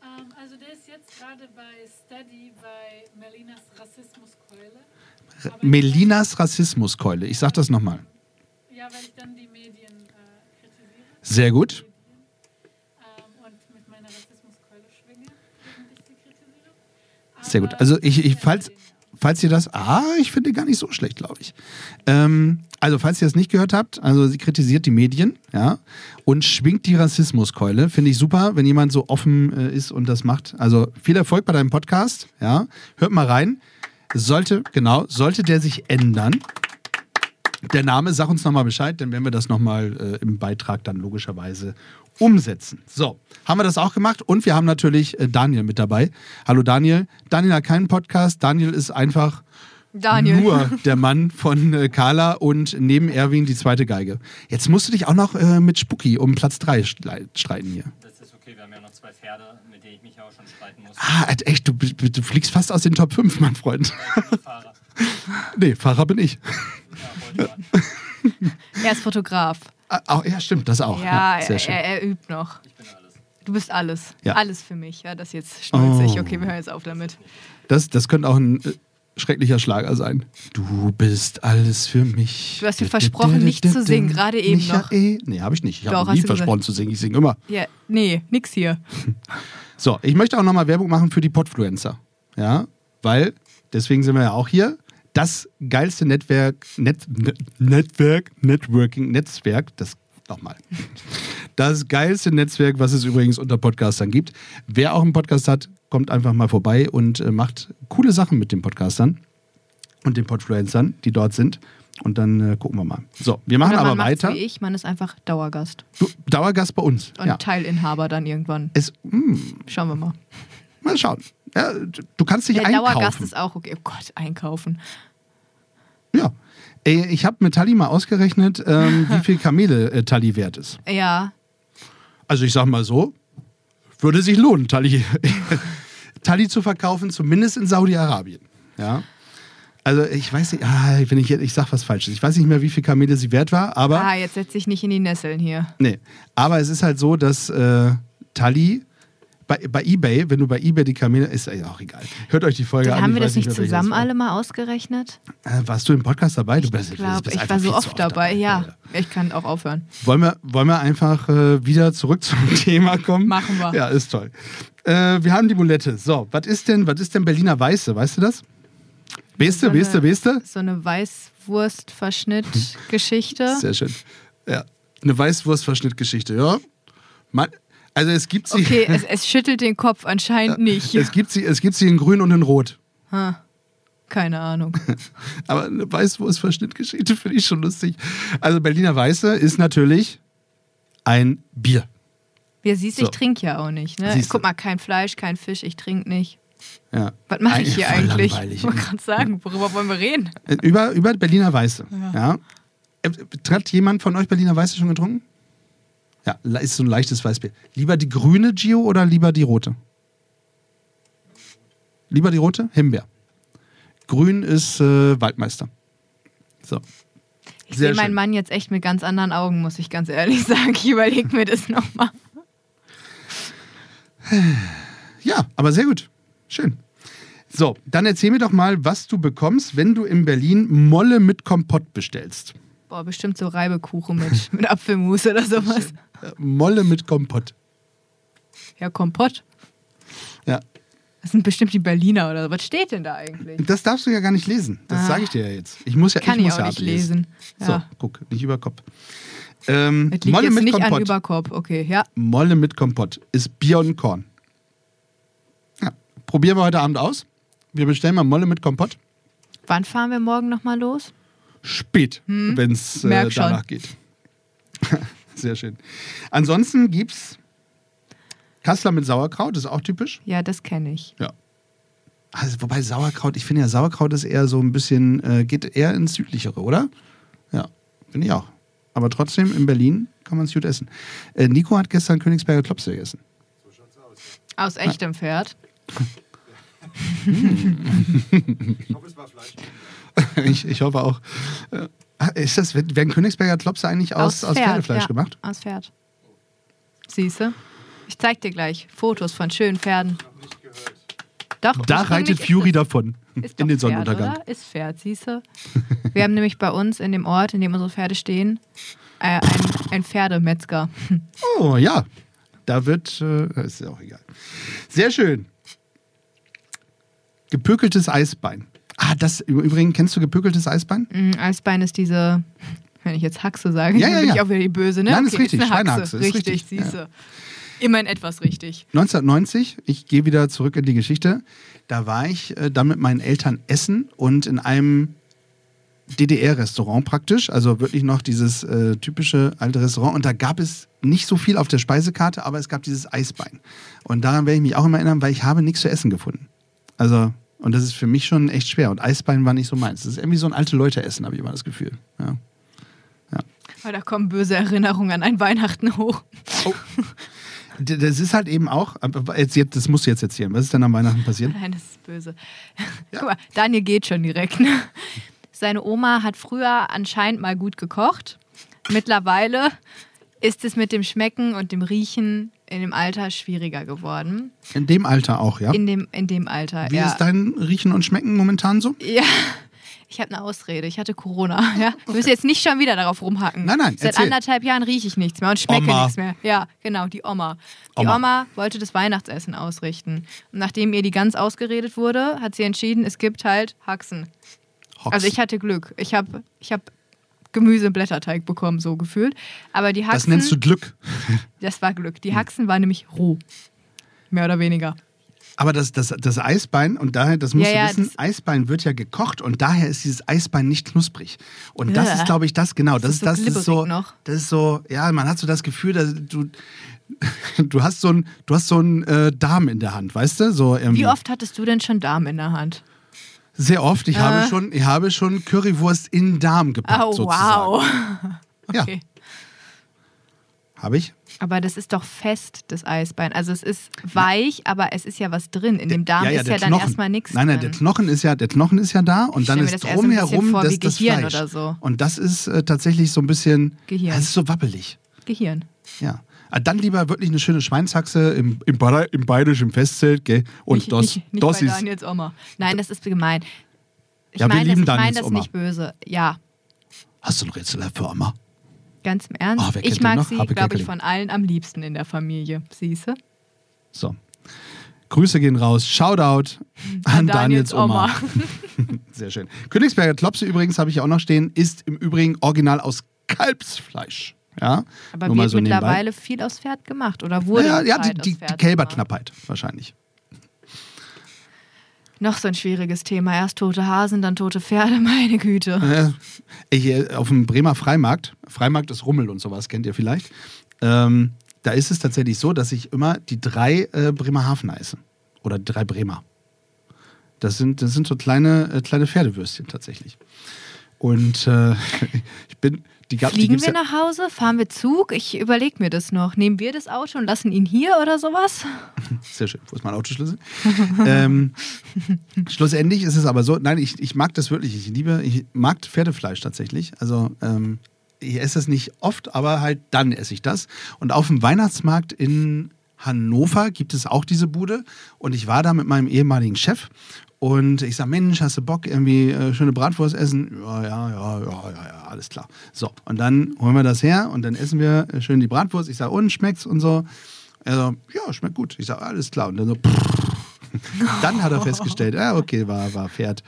Ähm, also der ist jetzt gerade bei Steady bei Melinas Rassismuskeule. Aber ich- Melinas Rassismuskeule. Ich sag das nochmal. Ja, weil ich dann die Medien äh, kritisiere. Sehr gut. ähm, und mit meiner Rassismuskeule schwinge, während ich sie kritisiere. Sehr gut. Aber Also ich, ich ich falls, falls ihr das, ah, ich finde gar nicht so schlecht, glaube ich. Ähm, also falls ihr das nicht gehört habt, also sie kritisiert die Medien, ja, und schwingt die Rassismuskeule. Finde ich super, wenn jemand so offen äh, ist und das macht. Also viel Erfolg bei deinem Podcast, ja. Hört mal rein. Sollte, genau, sollte der sich ändern. Der Name, sag uns nochmal Bescheid, dann werden wir das nochmal äh, im Beitrag dann logischerweise umsetzen. So, haben wir das auch gemacht und wir haben natürlich äh, Daniel mit dabei. Hallo Daniel. Daniel hat keinen Podcast. Daniel ist einfach Daniel. nur der Mann von äh, Carla und neben Erwin die zweite Geige. Jetzt musst du dich auch noch äh, mit Spooky um Platz 3 streiten hier. Das ist okay, wir haben ja noch zwei Pferde, mit denen ich mich ja auch schon streiten muss. Ah, echt, du, du fliegst fast aus den Top 5, mein Freund. Die Fahrer. *laughs* Nee, Fahrer bin ich. Ja, wollte gerade. Er ist Fotograf. Ah, auch- ja, stimmt, das auch. *laughs* ja, äh, sehr er, schön. er, er übt noch. ich bin alles. Du bist alles. Ja. Oh. Alles für mich. Ja, das ist jetzt schnulzig. Okay, wir hören jetzt auf damit. Das, das könnte auch ein äh, schrecklicher Schlager sein. Du bist alles für mich. Du hast mir versprochen, nicht zu singen, gerade eben noch. Michael. Nee, habe ich nicht. Ich Doch, habe hast nie du gesagt. versprochen zu singen. Ich singe immer. Ja, nee, nix hier. So, ich möchte auch nochmal Werbung machen für die Podfluencer. Ja, weil, deswegen sind wir ja auch hier, das geilste Netzwerk, Net, Net, Netzwerk, Networking, Netzwerk, das nochmal. Das geilste Netzwerk, was es übrigens unter Podcastern gibt. Wer auch einen Podcast hat, kommt einfach mal vorbei und äh, macht coole Sachen mit den Podcastern und den Podfluencern, die dort sind. Und dann äh, gucken wir mal. So, wir machen Oder man aber macht's weiter. Wie ich, man ist einfach Dauergast Du, Dauergast bei uns. und ja. Teilinhaber dann irgendwann. Es, mh, Schauen wir mal. mal schauen. Ja, du du kannst dich Der einkaufen. Dauergast ist auch okay. Oh Gott, einkaufen. Ja. Äh, Ich habe mit Tali mal ausgerechnet, *laughs* ähm, wie viel Kamele äh, Tali wert ist. Ja, Also ich sag mal so, würde sich lohnen, Tali, *laughs* Tali zu verkaufen, zumindest in Saudi-Arabien. Ja. Also ich weiß nicht, ah, wenn ich, jetzt- ich sag was Falsches. Ich weiß nicht mehr, wie viel Kamele sie wert war, aber. ah, jetzt setz dich nicht in die Nesseln hier. Nee. Aber es ist halt so, dass äh, Tali bei, bei Ebay, wenn du bei Ebay die Kamele. Ist ja auch egal. Hört euch die Folge Dann an. haben ich wir das weiß nicht mehr, welches zusammen war. alle mal ausgerechnet? Äh, warst du im Podcast dabei? Du bist, Ich glaube, bist ich einfach war so viel zu oft, dabei. Ja, ich kann *laughs* auch aufhören. Wollen wir, wollen wir einfach äh, wieder zurück *laughs* zum Thema kommen? Machen wir. Ja, ist toll. Äh, wir haben die Bulette. So, was ist denn, was ist denn Berliner Weiße? Weißt du das? Beste, So eine- beste, beste? So eine *laughs* Weißwurstverschnitt-Geschichte. Sehr schön. Ja. Eine Weißwurstverschnittgeschichte, ja. Man, also es gibt sie. *laughs* Okay, es, es schüttelt den Kopf anscheinend nicht. Es gibt sie, es gibt sie in Grün und in Rot. *laughs* Keine Ahnung. Aber eine Weißwurstverschnittgeschichte *laughs* finde ich schon lustig. Also Berliner Weiße ist natürlich ein Bier. Ja, siehst, So. ich trinke ja auch nicht. Ne? Siehst du. Guck mal, kein Fleisch, kein Fisch, ich trinke nicht. Ja. Was mache ich hier Voll eigentlich? langweilig. *laughs* Ich wollte gerade sagen, worüber wollen wir reden? Äh, Über, über Berliner Weiße. Ja. Äh, Hat jemand von euch Berliner Weiße schon getrunken? Ja, le- ist so ein leichtes Weißbier. Lieber die grüne Gio oder lieber die rote? Lieber die rote? Himbeer. Grün ist äh, Waldmeister. So. Ich Sehr sehe meinen schön. Mann jetzt echt mit ganz anderen Augen, muss ich ganz ehrlich *laughs* sagen. Ich überlege mir das nochmal. Ja, aber sehr gut. Schön. So, dann erzähl mir doch mal, was du bekommst, wenn du in Berlin Molle mit Kompott bestellst. Boah, bestimmt so Reibekuchen mit, *laughs* mit Apfelmus oder sowas. Äh, Molle mit Kompott. Ja, Kompott. Ja, Das sind bestimmt die Berliner oder so. Was steht denn da eigentlich? Das darfst du ja gar nicht lesen. Das Ah. sage ich dir ja jetzt. Ich muss ja, Kann ich ich muss auch ja nicht ablesen. lesen. So, Ja. guck, nicht über Kopf. Ähm, Es liegt Molle jetzt mit nicht an Kompott. Überkorb. Okay, ja. Molle mit Kompott ist Bier und Korn. Ja. Probieren wir heute Abend aus. Wir bestellen mal Molle mit Kompott. Wann fahren wir morgen nochmal los? Spät, wenn es äh, Hm. Merk schon. danach geht. *laughs* Sehr schön. Ansonsten gibt's Kassler mit Sauerkraut, ist auch typisch. Ja, das kenne ich. Ja. Also, wobei Sauerkraut, ich finde ja, Sauerkraut ist eher so ein bisschen, äh, geht eher ins Südlichere, oder? Ja, finde ich auch. Aber trotzdem, in Berlin kann man es gut essen. Äh, Nico hat gestern Königsberger Klops gegessen. Aus echtem Pferd. Ich hoffe, es war Fleisch. *laughs* ich, ich hoffe auch. Äh, ah, ist das, wird- werden Königsberger Klopse eigentlich aus, aus, Pferdefleisch ja, gemacht? Aus Pferd. Siehste? Ich zeig dir gleich Fotos von schönen Pferden. Doch, Da reitet ursprünglich Fury ist es- davon. *laughs* ist In doch den Pferd, Sonnenuntergang. Oder? Ist Pferd, *laughs* siehst du? Wir haben nämlich bei uns in dem Ort, in dem unsere Pferde stehen, äh, ein, ein Pferdemetzger. Oh ja, da wird, äh, ist ja auch egal. Sehr schön. Gepökeltes Eisbein. Ah, das im Übrigen, kennst du gepökeltes Eisbein? Mm, Eisbein ist diese, *laughs* wenn ich jetzt Haxe sage, Ja, ja, dann bin ich ja. auch wieder die Böse, ne? Nein, ist richtig, Ist eine Schweinehaxe, Haxe. ist Richtig, richtig, siehst du. ja. Immerhin etwas richtig. 1990, ich gehe wieder zurück in die Geschichte, da war ich äh, dann mit meinen Eltern essen und in einem DDR-Restaurant praktisch, also wirklich noch dieses äh, typische alte Restaurant und da gab es nicht so viel auf der Speisekarte, aber es gab dieses Eisbein. Und daran werde ich mich auch immer erinnern, weil ich habe nichts zu essen gefunden. Also, und das ist für mich schon echt schwer und Eisbein war nicht so meins. Das ist irgendwie so ein alte Leute-Essen, habe ich immer das Gefühl. Ja. Weil da kommen böse Erinnerungen an ein Weihnachten hoch. *laughs* D- Das ist halt eben auch, aber jetzt, jetzt- das musst du jetzt erzählen, was ist denn am Weihnachten passiert? Nein, das *laughs* ist böse. Guck mal, Daniel geht schon direkt. Ne? Seine Oma hat früher anscheinend mal gut gekocht. Mittlerweile ist es mit dem Schmecken und dem Riechen in dem Alter schwieriger geworden. In dem Alter auch, ja? In dem, in dem Alter. Wie ja. ist dein Riechen und Schmecken momentan so? Ja. Ich habe eine Ausrede. Ich hatte Corona. *laughs* Ja? Wir müssen jetzt nicht schon wieder darauf rumhacken. Nein, nein, Seit erzähl. anderthalb Jahren rieche ich nichts mehr und schmecke Oma. nichts mehr. Ja, genau, die Oma. Die Oma. Oma. wollte das Weihnachtsessen ausrichten. Und nachdem ihr die Gans ausgeredet wurde, hat sie entschieden, es gibt halt Haxen. Hops. Also ich hatte Glück. Ich habe ich hab Gemüse und Blätterteig bekommen, so gefühlt. Aber die Haxen, das nennst du Hm. Glück. das war Glück. Die Haxen waren nämlich roh. Mehr oder weniger. Aber das, das, das Eisbein, und daher, das musst Ja, ja, du wissen, das- Eisbein wird ja gekocht und daher ist dieses Eisbein nicht knusprig. Und das Äh. ist, glaube ich, das, genau. Das, Das ist ist das, das so ist so, glibberig noch. das ist so, ja, man hat so das Gefühl, dass du, *laughs* du hast so einen so ein, äh, Darm in der Hand, weißt du? So irgendwie. Wie oft hattest du denn schon Darm in der Hand? Sehr oft. Ich, Äh. habe schon, ich habe schon Currywurst in den Darm gepackt, Oh, sozusagen. wow. Ja, Okay. habe ich. Aber das ist doch fest, das Eisbein. Also es ist weich, aber es ist ja was drin. In dem Darm ist der ja dann Knochen. erstmal nichts Nein, nein, drin. der Knochen ist ja, der Knochen ist ja da und dann stell mir ist das eher so ein bisschen drumherum vor das, wie das Gehirn Fleisch. oder so. Und das ist äh, tatsächlich so ein bisschen, Gehirn. Ja, es ist so wappelig. Gehirn. Ja. Ah, Dann lieber wirklich eine schöne Schweinshaxe im, im, Bayer- im bayerischen Festzelt, gell? Und nicht, das, nicht, nicht das bei ist. Daniels Oma. Nein, das ist gemein. Ich Ja, wir meine das, lieben ich mein Daniels das Oma. nicht böse. Ja, Hast du ein Rätsel für Oma? ganz im Ernst. Ah, wer kennt ich den mag noch? sie, Habeck glaube ich, Kerkeling. von allen am liebsten in der Familie. Siehste? So. Grüße gehen raus. Shoutout an Daniels Oma. *laughs* Sehr schön. Königsberger Klopse übrigens, habe ich ja auch noch stehen, ist im Übrigen original aus Kalbsfleisch. Ja, Aber Nur mal wird so nebenbei. mittlerweile viel aus Pferd gemacht oder wurde Ja, eine ja die, Zeit die, aus Pferd die gemacht. Kälberknappheit wahrscheinlich. Noch so ein schwieriges Thema. Erst tote Hasen, dann tote Pferde. *laughs* Meine Güte. Äh, hier äh, auf dem Bremer Freimarkt, Freimarkt ist Rummel und sowas, kennt ihr vielleicht. Ähm, da ist es tatsächlich so, dass ich immer die drei äh, Bremerhavener esse. Oder die drei Bremer. Das sind, das sind so kleine, äh, kleine Pferdewürstchen tatsächlich. Und äh, *laughs* ich bin. Die gab, die Fliegen gibt's wir ja, nach Hause? Fahren wir Zug? Ich überlege mir das noch. Nehmen wir das Auto und lassen ihn hier oder sowas? Sehr schön. Wo ist mein Autoschlüssel? *laughs* ähm, schlussendlich ist es aber so, nein, ich, ich mag das wirklich. Ich liebe, ich mag Pferdefleisch tatsächlich. Also ähm, ich esse es nicht oft, aber halt dann esse ich das. Und auf dem Weihnachtsmarkt in Hannover gibt es auch diese Bude. Und ich war da mit meinem ehemaligen Chef. Und ich sage, Mensch, hast du Bock, irgendwie äh, schöne Bratwurst essen? Ja, ja, ja, ja, ja, ja, alles klar. So, und dann holen wir das her und dann essen wir äh, schön die Bratwurst. Ich sage, und schmeckt's und so. Er so, ja, schmeckt gut. Ich sage, alles klar. Und dann so, dann hat er festgestellt, ah, okay, war, war Pferd.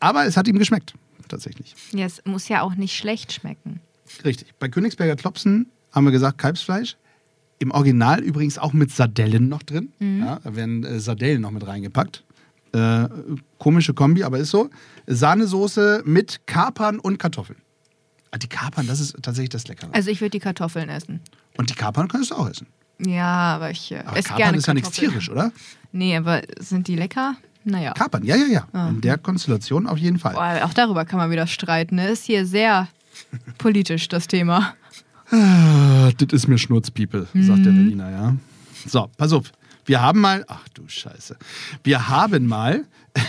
Aber es hat ihm geschmeckt, tatsächlich. Ja, es muss ja auch nicht schlecht schmecken. Richtig. Bei Königsberger Klopsen haben wir gesagt, Kalbsfleisch. Im Original übrigens auch mit Sardellen noch drin. Mhm. Ja, da werden äh, Sardellen noch mit reingepackt. Äh, komische Kombi, aber ist so. Sahnesoße mit Kapern und Kartoffeln. Ah, die Kapern, das ist tatsächlich das Leckere. Also ich würde die Kartoffeln essen. und die Kapern kannst du auch essen. Ja, aber ich äh, Aber esse Kapern gerne ist ja nichts Kartoffeln. tierisch, oder? Nee, aber sind die lecker? Naja. Kapern, ja, ja, ja. In der Konstellation auf jeden Fall. Ah. Boah, auch darüber kann man wieder streiten. Ne? Ist hier sehr politisch das Thema. Ah, Das ist mir Schnurzpiepe, sagt der Berliner, ja. So, pass auf. Wir haben mal, ach du Scheiße, wir haben mal, *laughs*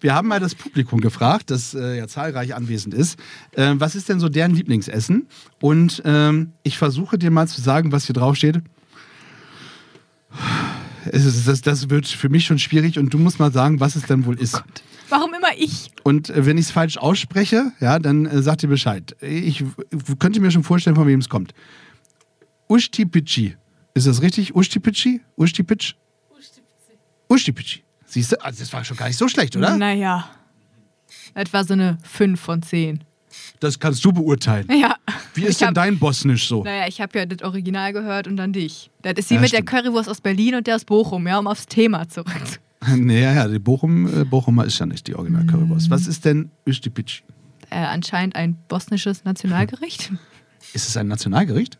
wir haben mal das Publikum gefragt, das äh, ja zahlreich anwesend ist, äh, was ist denn so deren Lieblingsessen? Und ähm, ich versuche dir mal zu sagen, was hier draufsteht. es ist, das, das wird für mich schon schwierig und du musst mal sagen, was es dann wohl ist. Warum immer ich? Und äh, wenn ich es falsch ausspreche, ja, dann äh, sagt ihr Bescheid. Ich, ich könnte mir schon vorstellen, von wem es kommt. Ustipici. Ist das richtig? Ustipici? Ustipic? Ustipzi. Ustipici. Siehst du, also das war schon gar nicht so schlecht, oder? Naja. Etwa so eine 5 von 10. Das kannst du beurteilen. Ja. Wie ist Ich denn hab- dein Bosnisch so? Naja, ich habe ja das Original gehört und dann dich. Das ist sie Ja, mit stimmt. der Currywurst aus Berlin und der aus Bochum, ja, um aufs Thema zurück. *laughs* Nee, ja, ja, die Bochum, äh, Bochumer ist ja nicht die Hm. original Currywurst. Was ist denn Ustipici? Äh, anscheinend ein bosnisches *laughs* Nationalgericht. Ist es ein Nationalgericht?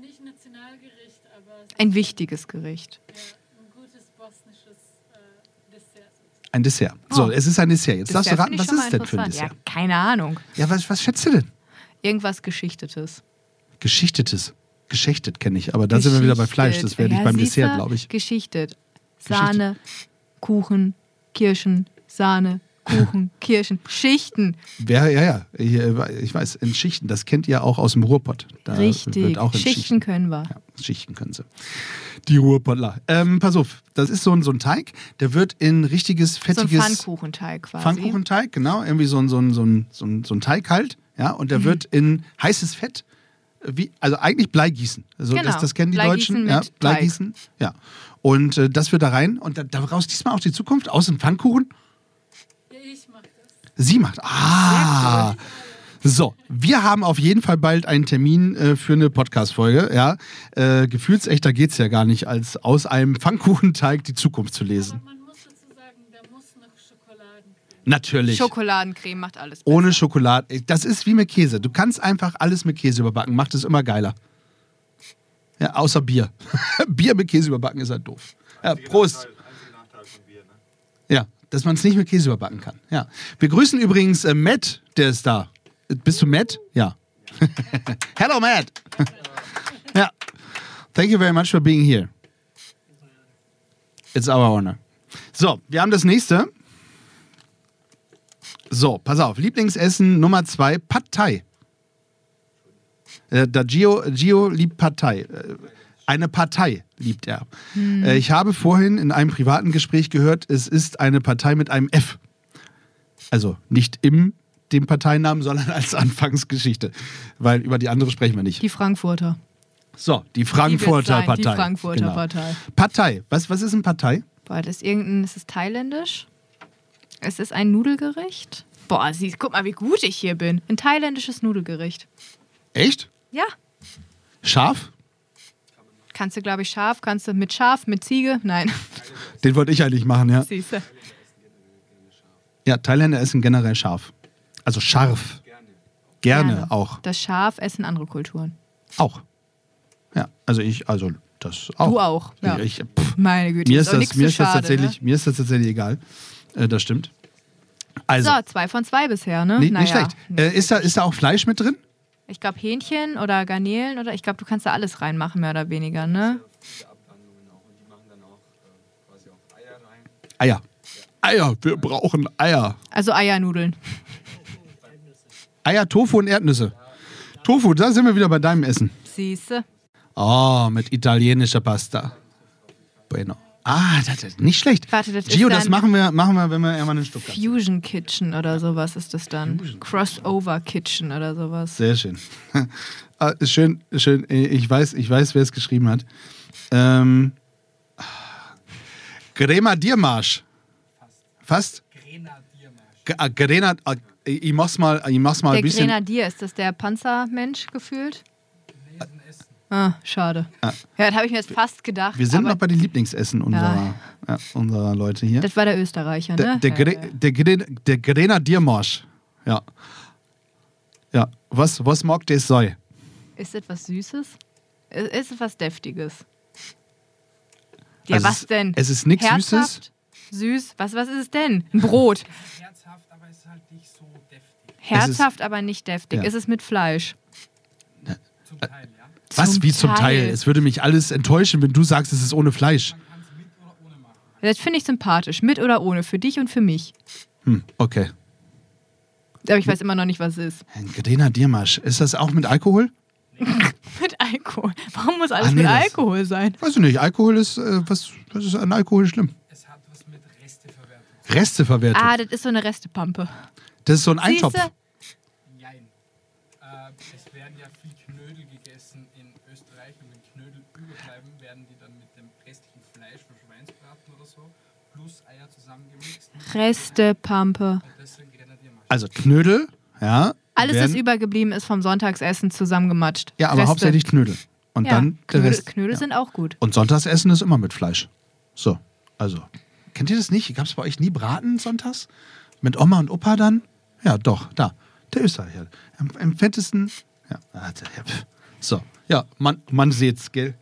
Nicht Nationalgericht, aber es Ein wichtiges Gericht. ist ja ein gutes bosnisches äh, Dessert. Ein Dessert. So, Oh. es ist ein Dessert. Jetzt darfst du Dessert raten, find ich was schon mal ist denn für ein interessant. Dessert? Ja, keine Ahnung. Ja, was, was schätzt du denn? Irgendwas Geschichtetes. Geschichtetes. Geschichtet kenne ich, aber da sind wir wieder bei Fleisch. Das wäre nicht beim siehste, Dessert, glaube ich. Geschichtet. Sahne, Kuchen, Kirschen, Sahne, *laughs* Kuchen, Kirschen, Schichten. Wer, ja, ja, hier, ich weiß, in Schichten, das kennt ihr auch aus dem Ruhrpott. Da Richtig. Wird auch in Schichten, Schichten. können wir. Ja, Schichten können sie. Die Ruhrpottler. Ähm, pass auf, das ist so ein, so ein Teig, der wird in richtiges, So ein fettiges... Pfannkuchenteig quasi. Pfannkuchenteig, genau, irgendwie so ein, so ein, so ein, so ein, so ein Teig halt, ja, und Mhm. der wird in heißes Fett, äh, wie, also eigentlich Bleigießen. Also Genau, das, das kennen die Bleigießen Deutschen, mit ja, Teig. Bleigießen, ja. Und äh, das wird da rein und da, daraus diesmal auch die Zukunft aus dem Pfannkuchen. Ja, ich mache das. Sie macht. Ah. So, wir haben auf jeden Fall bald einen Termin äh, für eine Podcast-Folge. Ja. Äh, gefühlsechter geht es ja gar nicht, als aus einem Pfannkuchenteig die Zukunft zu lesen. Aber man muss dazu sagen, da muss noch Schokoladen. Natürlich. Schokoladencreme macht alles. besser. Ohne Schokolade. Das ist wie mit Käse. Du kannst einfach alles mit Käse überbacken. Macht es immer geiler. Ja, außer Bier. *laughs* Bier mit Käse überbacken ist halt doof. Ja, Prost. Nachteil, einziger Nachteil von Bier, ne? Ja, dass man es nicht mit Käse überbacken kann. Ja. Wir grüßen übrigens äh, Matt, der ist da. Äh, Bist du Matt? Ja. *laughs* Hello, Matt. ja. Thank you very much for being here. It's our honor. So, wir haben das nächste. So, pass auf. Lieblingsessen Nummer zwei, Pad Thai. Äh, da Gio, Gio liebt Partei. Eine Partei liebt er. Äh, Ich habe vorhin in einem privaten Gespräch gehört, es ist eine Partei mit einem F. Also nicht im dem Parteinamen, sondern als Anfangsgeschichte. Weil über die andere sprechen wir nicht. Die Frankfurter. So, die Die wird's Frankfurter sein, Partei. Die Frankfurter Genau. Partei. Partei. Was, was ist eine Partei? Boah, das ist irgendein, ist es thailändisch? Es ist ein Nudelgericht. Boah, sie, guck mal, wie gut ich hier bin. Ein thailändisches Nudelgericht. Echt? Ja. Scharf? Kannst du, glaube ich, scharf, kannst du mit Schaf, mit Ziege? Nein, *laughs* Den wollte ich eigentlich machen, ja. siehst du. Ja, Thailänder essen generell scharf. Also scharf. Gerne, Gerne auch. Das Schaf essen andere Kulturen. Auch. Ja, also ich, also das auch. Du auch, ja. Ich, pff, Meine Güte, mir ist, ist auch das, nix mir, so ist das schade, ne? tatsächlich, mir ist das tatsächlich egal. Äh, das stimmt. Also, So, zwei von zwei bisher, ne? nicht, Naja. nicht schlecht. Äh, ist, da, ist da auch Fleisch mit drin? Ich glaube, Hähnchen oder Garnelen oder ich glaube, du kannst da alles reinmachen, mehr oder weniger, ne? Eier. Eier, wir brauchen Eier. Also Eiernudeln. *laughs* Eier, Tofu und Erdnüsse. Tofu, da sind wir wieder bei deinem Essen. Siehst du? Oh, mit italienischer Pasta. Bueno. Ah, das ist nicht schlecht. Warte, das ist Gio, das dann- machen wir, machen wir, wenn wir irgendwann in Stuttgart sind. Fusion Kitchen oder sowas ist das dann. Crossover Kitchen oder sowas. Sehr schön. *laughs* Ah, ist schön, ist schön. Äh, Ich weiß, ich weiß, wer es geschrieben hat. Ähm, Grenadiermarsch. Fast? G- ah, Grenad, ah, ich ich mach's mal, ich mach's mal Der ein bisschen. Grenadier, ist das der Panzermensch gefühlt? Ah, schade. Ja, das habe ich mir jetzt fast gedacht. Wir sind aber noch bei den Lieblingsessen unserer, ja. unserer Leute hier. das war der Österreicher, Der, ne? der, Gre Ja, ja. der, Gre der Grenadiermarsch. Ja. Ja. Was, was mag das sein? Ist das was Süßes? Ist ist es was Deftiges? Ja, Also was es- denn? es ist nix Herzhaft? Süß? Was, was ist es denn? Ein Brot. *laughs* herzhaft, aber es ist halt nicht so deftig. Herzhaft, aber nicht deftig. Ja. Ist es mit Fleisch? Zum Teil, ja. Was Zum wie zum Teil. Teil. Es würde mich alles enttäuschen, wenn du sagst, es ist ohne Fleisch. Das finde ich sympathisch. Mit oder ohne. Für dich und für mich. Hm, okay. Aber ich weiß immer noch nicht, was es ist. Ein Grenadiermarsch. Ist das auch mit Alkohol? *laughs* Mit Alkohol. Warum muss alles Ah, nee, mit das- Alkohol sein? Weiß ich nicht, Alkohol ist, äh, was, was ist an Alkohol schlimm? Es hat was mit Resteverwertung. Resteverwertung. Ah, das ist so eine Restepampe. das ist so ein Eintopf. Siehste? Jein. Äh, es werden ja viel Knödel gegessen in Österreich und wenn Knödel überbleiben, werden die dann mit dem restlichen Fleisch von Schweinsbraten oder so plus Eier zusammengemixt und Restepampe. deswegen Grenadiermasch. Also Knödel, ja. Alles, werden, was übergeblieben ist vom Sonntagsessen, zusammengematscht. Ja, aber Reste. hauptsächlich Knödel. Und Ja, dann der Knödel, Rest. Knödel ja. sind auch gut. Und Sonntagsessen ist immer mit Fleisch. So, also. Kennt ihr das nicht? Gab es bei euch nie Braten sonntags? Mit Oma und Opa dann? Ja, doch, da. Der Österreicher. Am, am fettesten. Ja, ah, der- ja, pf. so. Ja, man, man sieht's, gell?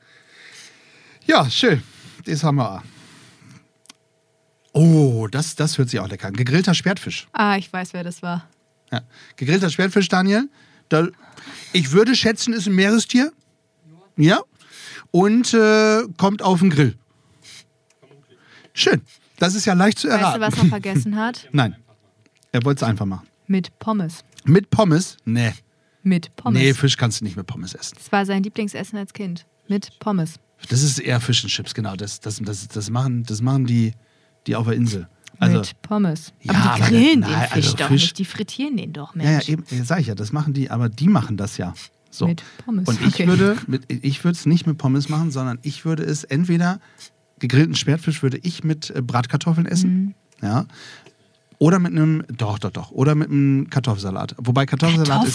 Ja, schön. Das haben wir. auch. Oh, das, das hört sich auch lecker an. Gegrillter Schwertfisch. Ah, ich weiß, wer das war. Ja. Gegrillter Schwertfisch, Daniel. Da, ich würde schätzen, ist ein Meerestier. Ja. Und äh, kommt auf den Grill. Schön. Das ist ja leicht zu Weißt du, erraten. was er *laughs* vergessen hat? Nein. Er wollte es einfach machen. Mit Pommes. Mit Pommes? Nee. Mit Pommes. Nee, Fisch kannst du nicht mit Pommes essen. das war sein Lieblingsessen als Kind. Mit Pommes. Das ist eher Fisch und Chips, genau. Das, das, das, das, machen, das machen die, die auf der Insel. Also, mit Pommes. Ja, aber die aber grillen das- den nein, Fisch also doch Fisch- nicht. Die frittieren den doch, ja, ja, Mensch. eben, ja, sag ich ja, das machen die, aber die machen das ja. So. Mit Pommes. Und ich Okay. *laughs* würde, mit, ich würde es nicht mit Pommes machen, sondern ich würde es entweder gegrillten Schwertfisch würde ich mit äh, Bratkartoffeln essen, Mhm. ja, oder mit einem, doch, doch, doch, oder mit einem Kartoffelsalat. Wobei Kartoffelsalat, ist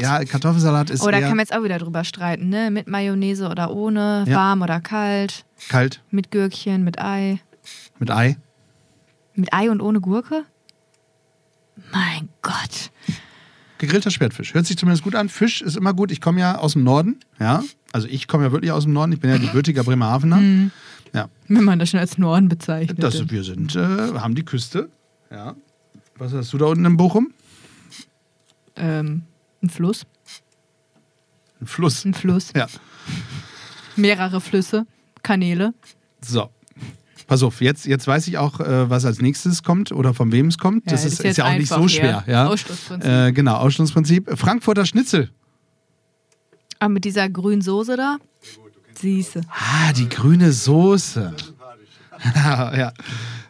eher, ja, Kartoffelsalat ist oh, da eher kann man jetzt auch wieder drüber streiten, ne? Mit Mayonnaise oder ohne, Ja. warm oder kalt, kalt mit Gürkchen, mit Ei. mit Ei. Mit Ei und ohne Gurke? Mein Gott. Gegrillter Schwertfisch. Hört sich zumindest gut an. Fisch ist immer gut. Ich komme ja aus dem Norden, ja. Also ich komme ja wirklich aus dem Norden. Ich bin ja gebürtiger Bremerhavener. Mhm. Ja, Wenn man das schon als Norden bezeichnet. das, wir sind, äh, haben die Küste. Ja. Was hast du da unten in Bochum? ähm, ein Fluss. Ein Fluss. Ein Fluss. Ja. Mehrere Flüsse, Kanäle. So. Pass auf, jetzt, jetzt weiß ich auch, äh, was als nächstes kommt oder von wem es kommt. Ja, das ist ist, ist, jetzt ja auch nicht so einfach, schwer. ja. Ja. Ausschlussprinzip. Äh, genau, Ausschlussprinzip. Frankfurter Schnitzel. Aber mit dieser grünen Soße da. Siehste. Ah, die grüne Soße. *laughs* ja.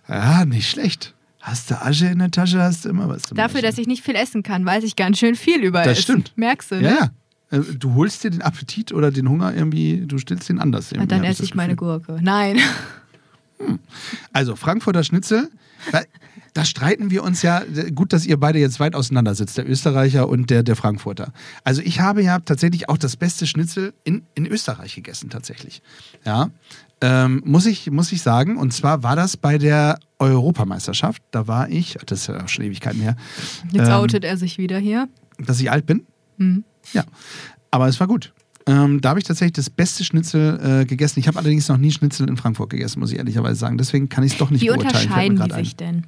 ja, nicht schlecht. Hast du Asche in der Tasche, hast du immer was zu Dafür, dass ich nicht viel essen kann, weiß ich ganz schön viel über Das Essen. stimmt. Merkst du, ne? Ja, ja. Äh, Du holst dir den Appetit oder den Hunger irgendwie, du stillst den anders. Und irgendwie, dann hab esse das ich meine Gefühl. Gurke. Nein. *laughs* Also, Frankfurter Schnitzel, da- da streiten wir uns ja. Gut, dass ihr beide jetzt weit auseinander sitzt, der Österreicher und der, der Frankfurter. Also, ich habe ja tatsächlich auch das beste Schnitzel in, in Österreich gegessen, tatsächlich. Ja, ähm, muss, ich, muss ich sagen. Und zwar war das bei der Europameisterschaft. Da war ich, das ist ja auch schon Ewigkeiten her, Jetzt Ähm. outet er sich wieder hier. dass ich alt bin. Mhm. Ja, aber es war gut. Ähm, da habe ich tatsächlich das beste Schnitzel äh, gegessen. Ich habe allerdings noch nie Schnitzel in Frankfurt gegessen, muss ich ehrlicherweise sagen. Deswegen kann ich es doch nicht Wie beurteilen. fällt mir unterscheiden die gerade ein. sich denn?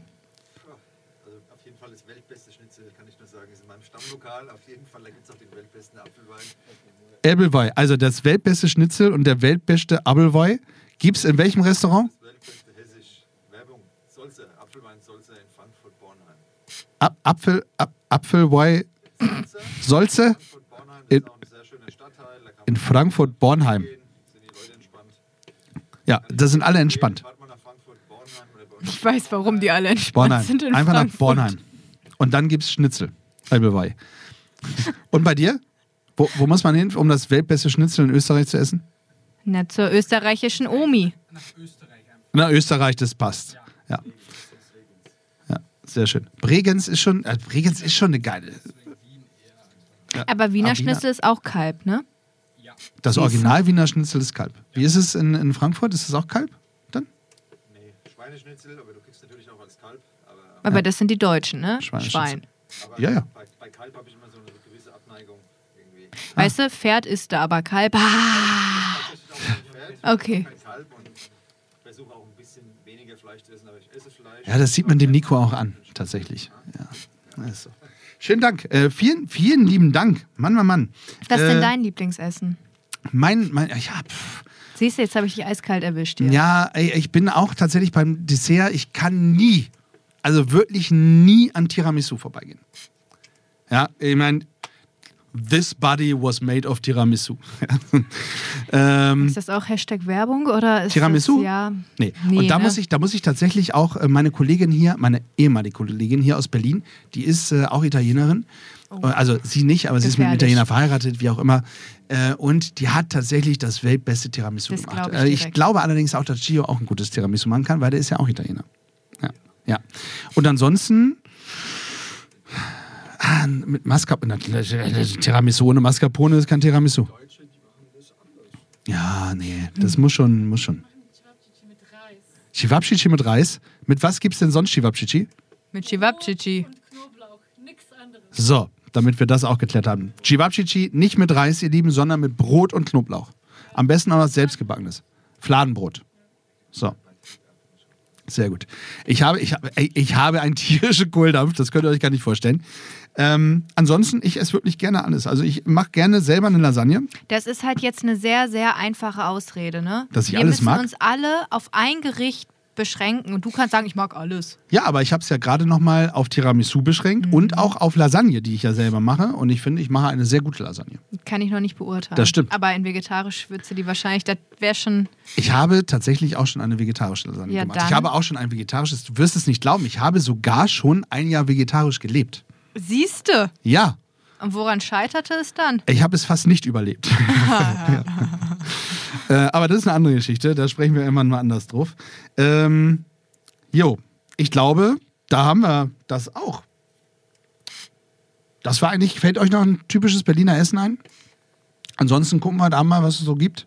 Also auf jeden Fall das weltbeste Schnitzel, kann ich nur sagen, ist in meinem Stammlokal. Auf jeden Fall, da gibt es auch den weltbesten Apfelwein. Ebbelwei, also das weltbeste Schnitzel und der weltbeste Abelwei. Gibt es in welchem Restaurant? Das weltbeste hessisch. Werbung. Solze, Apfelwein Solze in Frankfurt Bornheim. Ab Apfel, Ab Apfelwei Solze, Solze Frankfurt Bornheim, das In- ist auch ein sehr schöner Stadtteil. Da kann in man Frankfurt-Bornheim. gehen, sind die Leute entspannt. Ja, da sind alle entspannt. Fahrt mal nach Frankfurt Bornheim oder bei uns Ich weiß, warum die alle entspannt Bornheim. *laughs* sind in Einfach nach Frankfurt. Bornheim. Und dann gibt es Schnitzel. *laughs* Ebbelwei. Und bei dir? Wo, wo muss man hin, um das weltbeste Schnitzel in Österreich zu essen? Na, zur österreichischen Omi. Nach Österreich einfach. Na, Österreich, das passt. Ja. Ja, sehr schön. Bregenz ist schon, äh, Bregenz ist schon eine geile. Aber Wiener Ah, Wiener- Schnitzel ist auch Kalb, ne? Das Original Wiener Schnitzel ist Kalb. Wie ist es in, in Frankfurt? Ist es auch Kalb? Dann? Nee, Schweineschnitzel, aber du kriegst natürlich auch als Kalb. Aber, Aber das sind die Deutschen, ne? Schweineschnitzel. Schwein. aber Ja, ja. Bei, bei Kalb habe ich immer so eine gewisse Abneigung. Irgendwie. Ah. Weißt du, Pferd ist da, aber Kalb. Ah, Ich bin auch kein Pferd, ich bin Okay. kein Kalb und versuche auch ein bisschen weniger Fleisch zu essen, aber ich esse Fleisch. Ja, das sieht man dem Nico auch an, tatsächlich. Ja. Ja, ist so. Schönen Dank. Äh, vielen, vielen lieben Dank. Mann, Mann, Mann. was ist Äh, denn dein Lieblingsessen? Mein, mein, ja, pff. Siehst du, jetzt habe ich dich eiskalt erwischt. Hier. ja ey, ich bin auch tatsächlich beim Dessert. Ich kann nie, also wirklich nie an Tiramisu vorbeigehen. Ja, ich meine, This body was made of Tiramisu. *laughs* ähm, Ist das auch Hashtag Werbung oder ist Tiramisu? Das, ja. Nee. und da, ne? muss ich, da muss ich tatsächlich auch äh, meine Kollegin hier, meine ehemalige Kollegin hier aus Berlin, die ist äh, auch Italienerin. Äh, Also sie nicht, aber sie ist mit einem Oh. Gefährlich. Italiener verheiratet, wie auch immer. Äh, und die hat tatsächlich das weltbeste Tiramisu Das gemacht. glaub ich Äh, ich direkt. glaube allerdings auch, dass Gio auch ein gutes Tiramisu machen kann, weil der ist ja auch Italiener. Ja. ja. Und ansonsten. ah, Mit Mascarpone. Tiramisu ohne Mascarpone ist kein Tiramisu. Ja, nee, das Mhm. muss schon, muss schon. mit Reis Chivapchichi mit Reis. Mit was gibt's denn sonst Chivapchichi? Mit Chivapchichi. und Knoblauch, nichts anderes. So, damit wir das auch geklärt haben. Chivapchichi nicht mit Reis, ihr Lieben, sondern mit Brot und Knoblauch. Am besten auch was selbstgebackenes. Fladenbrot. So. Sehr gut. Ich habe, ich habe, ey, ich habe einen *laughs* tierischen Kohldampf, das könnt ihr euch gar nicht vorstellen. Ähm, ansonsten, ich esse wirklich gerne alles. Also ich mache gerne selber eine Lasagne. Das ist halt jetzt eine sehr, sehr einfache Ausrede, ne? Dass ich Wir alles müssen mag? uns alle auf ein Gericht beschränken und du kannst sagen, ich mag alles. Ja, aber ich habe es ja gerade nochmal auf Tiramisu beschränkt und auch auf Lasagne, die ich ja selber mache. Und ich finde, ich mache eine sehr gute Lasagne. Kann ich noch nicht beurteilen. Das stimmt. Aber in vegetarisch würdest du die wahrscheinlich, das wäre schon. Ich habe tatsächlich auch schon eine vegetarische Lasagne Ja, gemacht. dann. Ich habe auch schon ein vegetarisches, du wirst es nicht glauben, ich habe sogar schon ein Jahr vegetarisch gelebt. Siehste! Ja, Und woran scheiterte es dann? ich habe es fast nicht *laughs* überlebt. ja. äh, aber das ist eine andere Geschichte, da sprechen wir irgendwann mal anders drauf. Ähm, jo, ich glaube, da haben wir das auch. Das war eigentlich, fällt euch noch ein typisches Berliner Essen ein? Ansonsten gucken wir heute Abend mal, was es so gibt,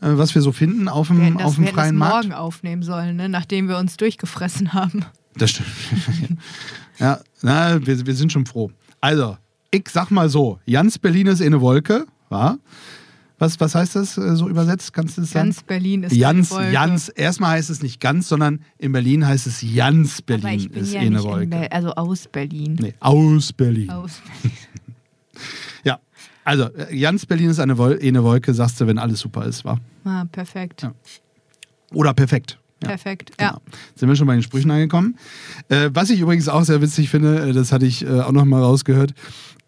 äh, was wir so finden auf Wir dem, hätten Hm, das, auf wir dem hätten das freien Markt. morgen aufnehmen sollen, ne? nachdem wir uns durchgefressen haben. Das stimmt. *laughs* ja, na, wir, wir sind schon froh. Also, ich sag mal so: Ganz Berlin ist eine Wolke, wa? Was, was heißt das äh, so übersetzt? Kannst du das sagen? Ganz Berlin ist Jans, eine Wolke. Jans, erstmal heißt es nicht ganz, sondern in Berlin heißt es Jans Berlin Aber ich bin ist ja eh eine nicht in Wolke. Ber- also aus Berlin. Nee, aus Berlin. Aus Ja, also äh, Jans Berlin ist eine, Wol eh eine Wolke, sagst du, wenn alles super ist, wa? ah, perfekt. Ja. Oder perfekt. Ja. Perfekt. Ja. Genau. Sind wir schon bei den Sprüchen angekommen. Äh, was ich übrigens auch sehr witzig finde, äh, das hatte ich äh, auch nochmal rausgehört,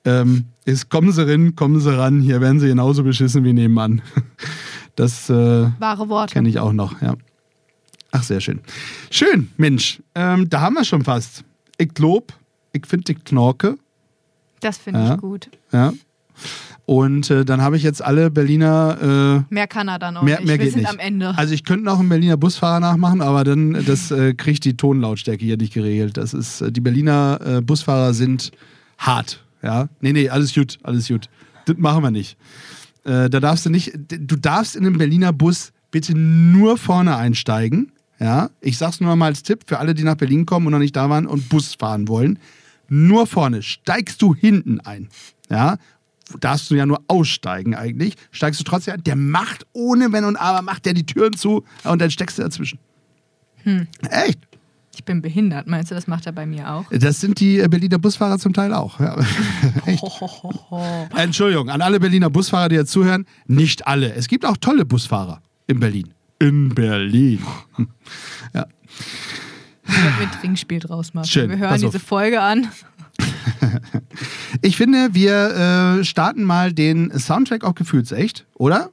ähm, ist, kommen Sie rin, kommen Sie ran, hier werden Sie genauso beschissen wie nebenan. *laughs* Das äh, Wahre Worte. kenne ich auch noch, ja. Ach, sehr schön. Schön, Mensch, ähm, da haben wir schon fast. Ich lob, ich finde die Knorke, Das finde Ja. ich gut. ja. Und äh, dann habe ich jetzt alle Berliner äh, Mehr kann er dann auch Mehr, nicht. mehr Wir geht sind nicht. am Ende. Also ich könnte noch einen Berliner Busfahrer nachmachen, aber dann das äh, kriegt die Tonlautstärke hier nicht geregelt. Das ist äh, die Berliner äh, Busfahrer sind hart, ja. Nee, nee, alles gut, alles gut. Das machen wir nicht. Äh, da darfst du nicht du darfst in einem Berliner Bus bitte nur vorne einsteigen, ja? Ich sag's nur noch mal als Tipp für alle, die nach Berlin kommen und noch nicht da waren und Bus fahren wollen. Nur vorne steigst du hinten ein, ja? darfst du ja nur aussteigen eigentlich. Steigst du trotzdem ein. Der macht ohne Wenn und Aber, macht der die Türen zu und dann steckst du dazwischen. Echt? Ich bin behindert, meinst du? Das macht er bei mir auch. Das sind die äh, Berliner Busfahrer zum Teil auch. Ja. *laughs* *laughs* Echt. Entschuldigung, an alle Berliner Busfahrer, die jetzt zuhören, nicht alle. Es gibt auch tolle Busfahrer in Berlin. In Berlin. Ich werde mir ein Trinkspiel draus machen. Schön. Wir hören Pass auf. diese Folge an. Ich finde, wir äh, starten mal den Soundtrack auf Gefühlsecht, oder?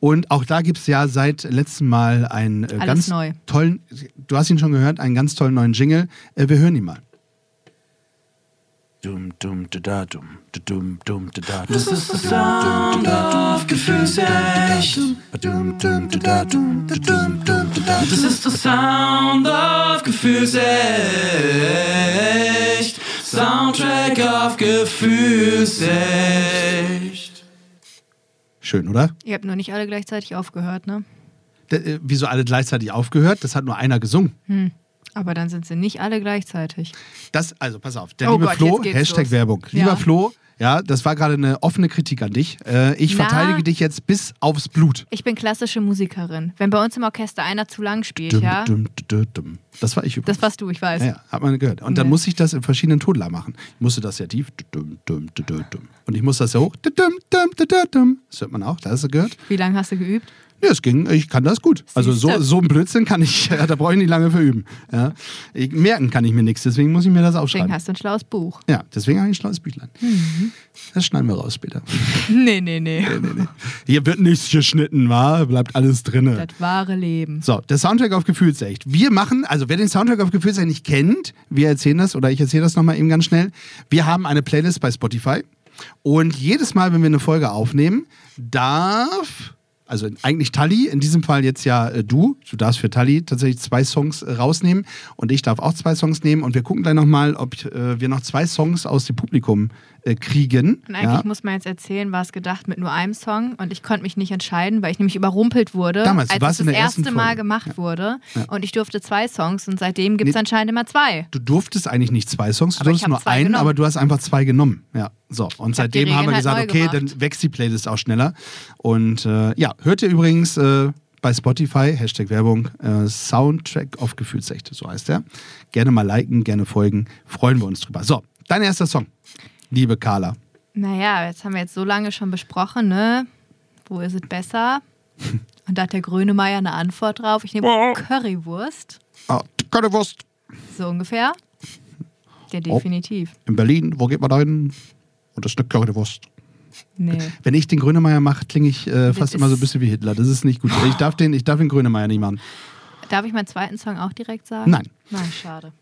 Und auch da gibt es ja seit letztem Mal einen äh, Alles ganz neu. tollen, du hast ihn schon gehört, einen ganz tollen neuen Jingle. Äh, wir hören ihn mal. Dum dum da da dum da dum dum da da. Das ist der Sound of Gefühlsecht. Dum dum da da dum da dum dum da da. Das ist der Sound of Gefühlsecht. Soundtrack of Gefühlsecht. Schön, oder? Ihr habt nur nicht alle gleichzeitig aufgehört, ne? D äh, wieso alle gleichzeitig aufgehört? Das hat nur einer gesungen. Aber dann sind sie nicht alle gleichzeitig. Das, also pass auf, der Oh liebe Gott, Flo, jetzt geht's Hashtag los. Werbung. Lieber Ja. Flo, ja, das war gerade eine offene Kritik an dich. Äh, ich Na? verteidige dich jetzt bis aufs Blut. Ich bin klassische Musikerin. Wenn bei uns im Orchester einer zu lang spielt, Dum, ja? dum, dum, dum. Das war ich übrigens. Das warst du, ich weiß. Ja, ja, hat man gehört. Und dann Nee. muss ich das in verschiedenen Tonlagen machen. Ich musste das ja tief. dum, dum, dum, dum, dum. Und ich muss das ja hoch. dum, dum, dum, dum, dum. Das hört man auch, da hast du gehört. Wie lange hast du geübt? Nee, es ging, ich kann das gut. Also so, so ein Blödsinn kann ich, *laughs* ja, da brauche ich nicht lange für üben. Ja. Ich, merken kann ich mir nichts, deswegen muss ich mir das Deswegen aufschreiben. hast Mhm. du ein schlaues Buch. *laughs* Ja, deswegen habe ich ein schlaues Büchlein. Das schneiden wir raus später. Nee, nee, nee. Hier wird nichts geschnitten, wa? Bleibt alles drinne. Das wahre Leben. So, der Soundtrack auf Gefühlsecht. Wir machen, also wer den Soundtrack auf Gefühlsecht nicht kennt, wir erzählen das oder ich erzähle das nochmal eben ganz schnell. Wir haben eine Playlist bei Spotify und jedes Mal, wenn wir eine Folge aufnehmen, darf, also eigentlich Tali, in diesem Fall jetzt ja äh, du, du darfst für Tali tatsächlich zwei Songs äh, rausnehmen und ich darf auch zwei Songs nehmen und wir gucken gleich nochmal, ob äh, wir noch zwei Songs aus dem Publikum äh, kriegen. Und eigentlich ja. muss man jetzt erzählen, war es gedacht mit nur einem Song und ich konnte mich nicht entscheiden, weil ich nämlich überrumpelt wurde, Damals, du als warst es in das der ersten erste Mal Folge. gemacht wurde und ich durfte zwei Songs und seitdem gibt es anscheinend immer zwei. Du durftest eigentlich nicht zwei Songs, du Aber ich durftest hab nur zwei einen, genommen. aber du hast einfach zwei genommen. Ja, so. Und hab die seitdem haben wir Regeln halt gesagt, neu okay, gemacht. dann wächst die Playlist auch schneller. Und äh, ja, hört ihr übrigens äh, bei Spotify, Hashtag Werbung, äh, Soundtrack auf Gefühlsrechte, so heißt der. Gerne mal liken, gerne folgen, freuen wir uns drüber. So, dein erster Song, liebe Carla. Naja, jetzt haben wir jetzt so lange schon besprochen, ne? Wo ist es *laughs* besser? Und da hat der Grönemeyer eine Antwort drauf. Ich nehme Currywurst, Ah, keine Wurst. so ungefähr. Ja, definitiv. In Berlin, wo geht man da hin? Und das ist eine Currywurst. Nee. Wenn ich den Grönemeyer mache, klinge ich äh, fast immer so ein bisschen wie Hitler. Das ist nicht gut. Ich darf den, ich darf den Grönemeyer nicht machen. Darf ich meinen zweiten Song auch direkt sagen? Nein. Nein, schade.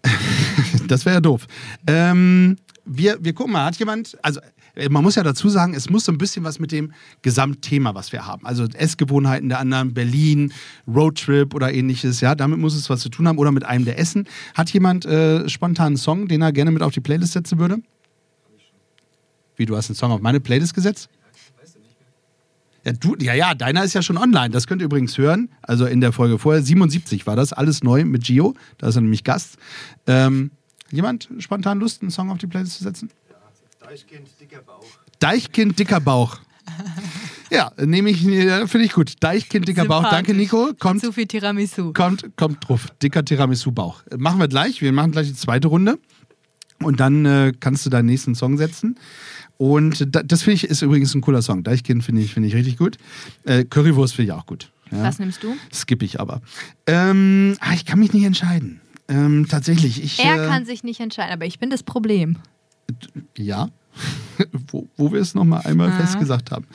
Das wäre ja doof. Ähm, wir, wir gucken mal, hat jemand, also äh, man muss ja dazu sagen, es muss so ein bisschen was mit dem Gesamtthema, was wir haben. Also Essgewohnheiten der anderen, Berlin, Roadtrip oder ähnliches, ja, damit muss es was zu tun haben oder mit einem der Essen. Hat jemand äh, spontan einen Song, den er gerne mit auf die Playlist setzen würde? Wie, du hast einen Song auf meine Playlist gesetzt? Ja, du, ja, ja, deiner ist ja schon online. Das könnt ihr übrigens hören. Also in der Folge vorher, 77 war das, alles neu mit Gio. Da ist er nämlich Gast. Ähm, jemand spontan Lust, einen Song auf die Playlist zu setzen? Deichkind, dicker Bauch. Deichkind, dicker Bauch. Ja, nehme ich, ja, finde ich gut. Deichkind, dicker Bauch. Danke, Nico. Kommt, Zu viel Tiramisu. kommt, kommt drauf. Dicker Tiramisu-Bauch. Äh, Machen wir gleich. Wir machen gleich die zweite Runde. Und dann äh, kannst du deinen nächsten Song setzen. Und äh, da, das finde ich ist übrigens ein cooler Song. Deichkind finde ich, finde ich richtig gut. Äh, Currywurst finde ich auch gut. Ja. Was nimmst du? Skippe ich aber. Ähm, ah, ich kann mich nicht entscheiden. Ähm, tatsächlich, ich. Er äh, kann sich nicht entscheiden, aber ich bin das Problem. Ja. *laughs* wo, wo wir es nochmal einmal festgesagt haben.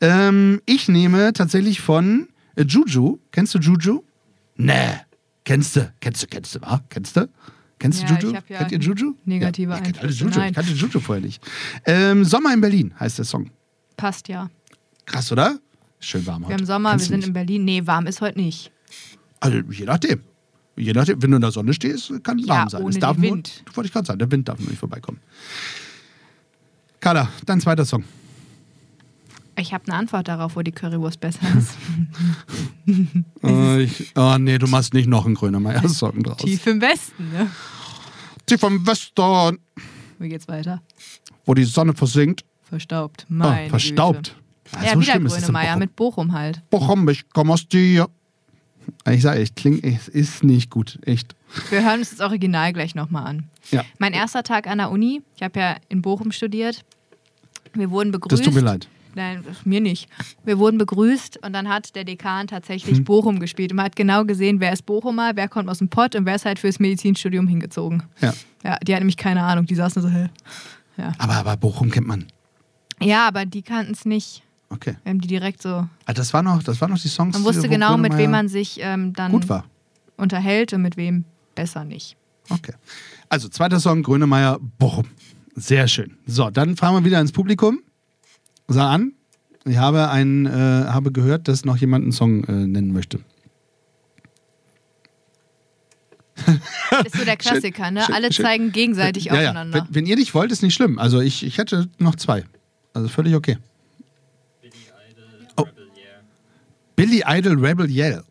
Ähm, ich nehme tatsächlich von äh, Juju. Kennst du Juju? Nee. Kennst du? Kennst du, kennst du, wa? Kennst du? Kennst du Ja, Juju? ich hab ja Kennt ihr Juju? negative ja, ich kannte Einflüsse. Juju. Ich Nein. kannte Juju vorher nicht. Ähm, Sommer in Berlin heißt der Song. Passt ja. Krass, oder? Schön warm heute. Wir haben Sommer, wir Kennst du sind nicht. in Berlin. Nee, warm ist heute nicht. Also je nachdem. Je nachdem, wenn du in der Sonne stehst, kann es Ja, warm sein. ohne es darf den nur, Wind. Wollte ich gerade sagen, der Wind darf nur nicht vorbeikommen. Carla, dein zweiter Song. Ich habe eine Antwort darauf, wo die *laughs* Currywurst besser ist. Äh, ich, oh nee, du machst nicht noch einen Grönemeyer-Song draus. Tief im Westen, ne? Tief vom Western, Wie geht's weiter? wo die Sonne versinkt. Verstaubt. Ah, Meine verstaubt. Güte. Ja, wieder Ah, schlimm ist es in Grönemeyer Bochum. mit Bochum halt. Bochum, ich komme aus dir. Ich sage, ich klinge, es ist nicht gut, echt. Wir hören uns das Original gleich nochmal an. Ja, Mein erster Tag an der Uni. Ich habe ja in Bochum studiert. Wir wurden begrüßt. das tut mir leid. Nein, mir nicht. Wir wurden begrüßt und dann hat der Dekan tatsächlich Hm. Bochum gespielt. Und man hat genau gesehen, wer ist Bochumer, wer kommt aus dem Pott und wer ist halt fürs Medizinstudium hingezogen. Ja. Ja, die hat nämlich keine Ahnung. Die saßen so, hä? Aber, aber Bochum kennt man. Ja, aber die kannten es nicht. Okay. Wir haben die direkt so. Ah, das, waren noch, das waren noch die Songs. Man wusste wo genau, mit Grönemeyer wem man sich ähm, dann gut war. unterhält und mit wem besser nicht. Okay. Also, zweiter Song, Grönemeyer, Bochum. Sehr schön. So, dann fahren wir wieder ins Publikum. Sah an. Ich habe, einen, äh, habe gehört, dass noch jemand einen Song äh, nennen möchte. Das ist so der Klassiker, ne? schön, Alle schön. zeigen gegenseitig ja, ja. aufeinander. Wenn, wenn ihr nicht wollt, ist nicht schlimm. Also, ich, ich hätte noch zwei. Also, völlig okay. Billy Idol, Oh. Rebel Yeah. Billy Idol, Rebel Yell.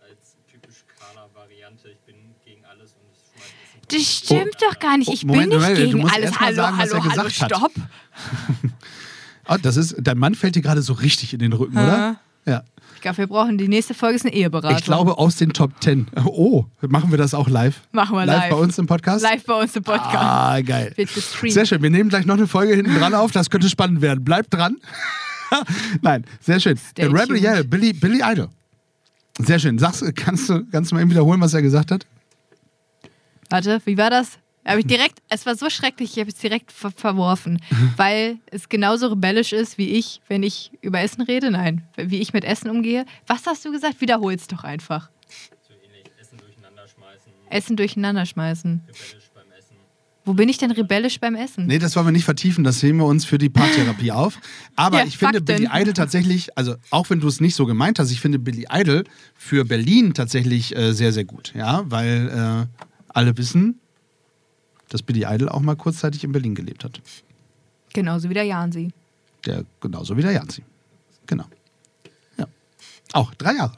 Als typisch Carla Variante. Ich bin gegen alles und es schmeißt es in Das stimmt doch gar nicht. Oh, Ich Moment, bin nicht Moment, du gegen musst alles. erst mal Hallo, sagen, was hallo, er hallo, gesagt hat. stopp. Ah, das ist, dein Mann fällt dir gerade so richtig in den Rücken, oder? Ja. Ich glaube, wir brauchen die nächste Folge ist eine Eheberatung. Ich glaube, aus den Top 10. Oh, machen wir das auch live? Machen wir Live live. bei uns im Podcast? live bei uns im Podcast. Ah, geil. Wird gestreamt. Sehr schön. Wir nehmen gleich noch eine Folge hinten dran *laughs* auf. Das könnte spannend werden. Bleibt dran. Nein, sehr schön. Stay Der Rebel tuned. Yell, Billy, Billy Idol. Sehr schön. Sagst, kannst, du, kannst du mal eben wiederholen, was er gesagt hat? Warte, wie war das? Habe ich direkt, es war so schrecklich, ich habe es direkt *laughs* ver verworfen, weil es genauso rebellisch ist wie ich, wenn ich über Essen rede. Nein, wie ich mit Essen umgehe. Was hast du gesagt? Wiederhol's doch einfach. So ähnlich. Essen durcheinander schmeißen, Essen durcheinander schmeißen. rebellisch beim Essen. Wo bin ich denn rebellisch beim Essen? Nee, das wollen wir nicht vertiefen, das sehen wir uns für die *laughs* Paartherapie auf. Aber Ja, ich finde Fakten. Billy Idol tatsächlich, also auch wenn du es nicht so gemeint hast, ich finde Billy Idol für Berlin tatsächlich äh, sehr, sehr gut. Ja, weil äh, alle wissen, dass Billy Idol auch mal kurzzeitig in Berlin gelebt hat. Genauso wie der Jansi. Der genauso wie der Janzi. Genau. Ja. Auch drei Jahre.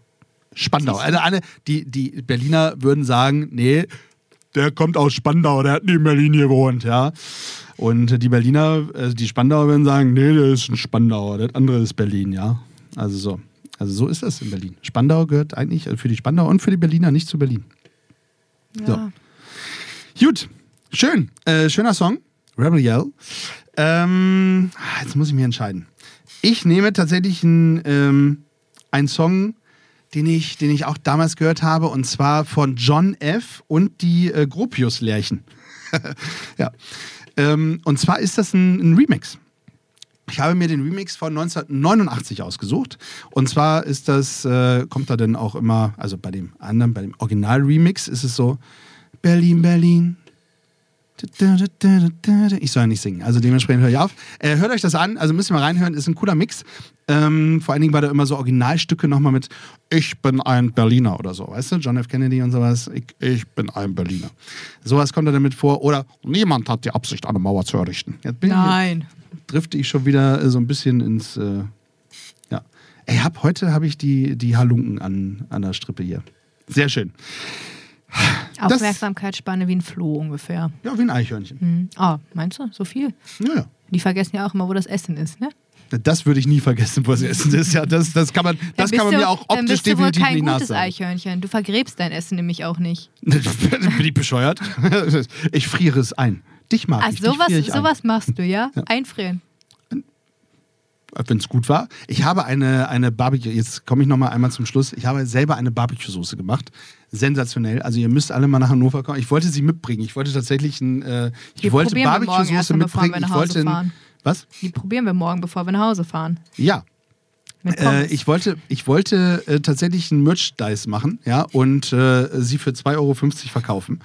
Spandau. Also alle, die, die Berliner würden sagen, nee, der kommt aus Spandau, der hat nie in Berlin gewohnt, ja. Und die Berliner, also die Spandauer würden sagen, nee, der ist ein Spandauer, das andere ist Berlin, ja. Also so. Also so ist das in Berlin. Spandau gehört eigentlich für die Spandauer und für die Berliner nicht zu Berlin. Ja. Gut, schön. Äh, schöner Song. Rebel Yell. Ähm, jetzt muss ich mir entscheiden. Ich nehme tatsächlich einen, ähm, einen Song, den ich, den ich auch damals gehört habe, und zwar von John F. und die äh, Gropius-Lerchen. *laughs* ja. ähm, und zwar ist das ein, ein Remix. Ich habe mir den Remix von 1989 ausgesucht. Und zwar ist das, äh, kommt da denn auch immer, also bei dem anderen, bei dem Original-Remix ist es so, Berlin, Berlin. Ich soll ja nicht singen, also dementsprechend höre ich auf. Äh, hört euch das an, also müsst ihr mal reinhören, ist ein cooler Mix. Ähm, vor allen Dingen war da immer so Originalstücke nochmal mit Ich bin ein Berliner oder so, weißt du? John F. Kennedy und sowas. Ich, ich bin ein Berliner. Sowas kommt da damit vor. Oder niemand hat die Absicht, eine Mauer zu errichten. Jetzt bin ich- Nein. drifte ich schon wieder äh, so ein bisschen ins. Äh, ja. Ey, hab, heute habe ich die, die Halunken an, an der Strippe hier. Sehr schön. Das- Aufmerksamkeitsspanne wie ein Floh ungefähr. Ja, wie ein Eichhörnchen. Hm. Ah, meinst du? So viel? Ja, Die vergessen ja auch immer, wo das Essen ist, ne? ja. Das würde ich nie vergessen, was Essen ist. Ja, das, das kann man, Dann das kann man bist du- mir auch dann optisch bist du wohl definitiv kein nicht gutes nachsagen. Eichhörnchen. Du vergräbst dein Essen nämlich auch nicht. *laughs* Bin ich bescheuert? Ich friere es ein. Dich mag Ach, ich. dich Ah, sowas, friere ich ein. sowas machst du, ja? Einfrieren. wenn es gut war. Ich habe eine, eine Barbecue, jetzt komme ich nochmal einmal zum Schluss. Ich habe selber eine Barbecue-Soße gemacht. Sensationell. Also ihr müsst alle mal nach Hannover kommen. Ich wollte sie mitbringen. Ich wollte tatsächlich ein, äh, ich Die wollte probieren wir morgen Barbecue-Soße erstmal, bevor wir mitbringen. Ich nach Hause wollte ein, fahren. was? Die probieren wir morgen, bevor wir nach Hause fahren. Ja. Mit Äh, Pommes. ich wollte, ich wollte äh, tatsächlich ein Merchandise machen, ja, und äh, sie für 2,50 Euro verkaufen.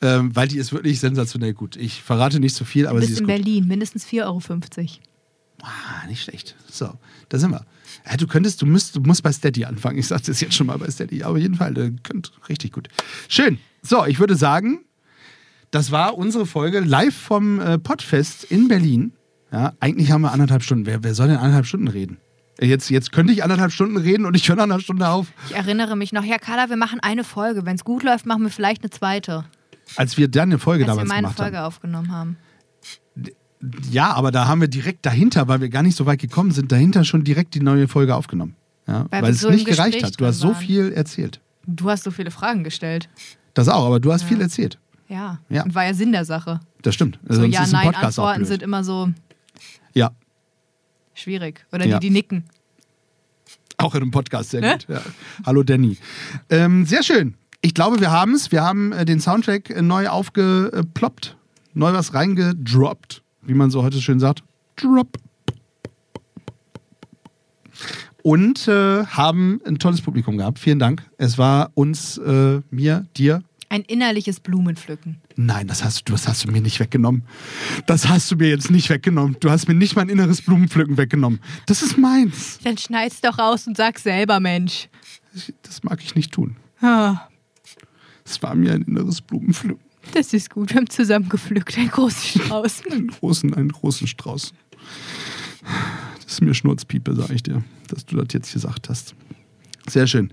Ähm, weil die ist wirklich sensationell gut. Ich verrate nicht zu viel, aber du sie bist ist in gut. Berlin, mindestens 4,50 Euro. Ah, nicht schlecht. So, da sind wir. Ja, du könntest, du musst, du musst bei Steady anfangen. Ich sagte es jetzt schon mal bei Steady. Aber auf jeden Fall, ihr könnt richtig gut. Schön. So, ich würde sagen, das war unsere Folge live vom äh, Podfest in Berlin. Ja, eigentlich haben wir anderthalb Stunden. Wer, wer soll denn anderthalb Stunden reden? Äh, Jetzt, jetzt könnte ich anderthalb Stunden reden und ich höre nach einer Stunde auf. Ich erinnere mich noch, ja, Carla, wir machen eine Folge. Wenn es gut läuft, machen wir vielleicht eine zweite. Als wir dann eine Folge Als wir damals meine Genau, gemacht Folge haben. aufgenommen haben. Ja, aber da haben wir direkt dahinter, weil wir gar nicht so weit gekommen sind, dahinter schon direkt die neue Folge aufgenommen. Ja, weil wir es so im nicht gereicht Gespräch hat. Du hast drin so waren. viel erzählt. Du hast so viele Fragen gestellt. Das auch, aber du hast viel erzählt. Ja. Ja. Also Und war ja Sinn der Sache. Das stimmt. So Sonst ist ein Podcast auch Ja-Nein-Antworten blöd. sind immer so ja, schwierig. Oder Ja. die, die nicken. auch in einem Podcast, sehr gut. Ja. Hallo Danny. Ähm, sehr schön. Ich glaube, wir haben es. Wir haben äh, den Soundtrack äh, neu aufgeploppt, neu was reingedroppt, wie man so heute schön sagt. Drop. Und äh, haben ein tolles Publikum gehabt. Vielen Dank. Es war uns, äh, mir, dir, Ein innerliches Blumenpflücken. Nein, das hast, du, das hast du mir nicht weggenommen. Das hast du mir jetzt nicht weggenommen. Du hast mir nicht mein inneres Blumenpflücken weggenommen. Das ist meins. Dann schneid's doch raus und sag selber, Mensch. Das mag ich nicht tun. Ah, Es war mir ein inneres Blumenpflücken. das ist gut. Wir haben zusammen gepflückt. Ein großes Strauß. Einen großen, einen großen Strauß. Das ist mir Schnurzpiepe, sag ich dir, dass du das jetzt gesagt hast. Sehr schön.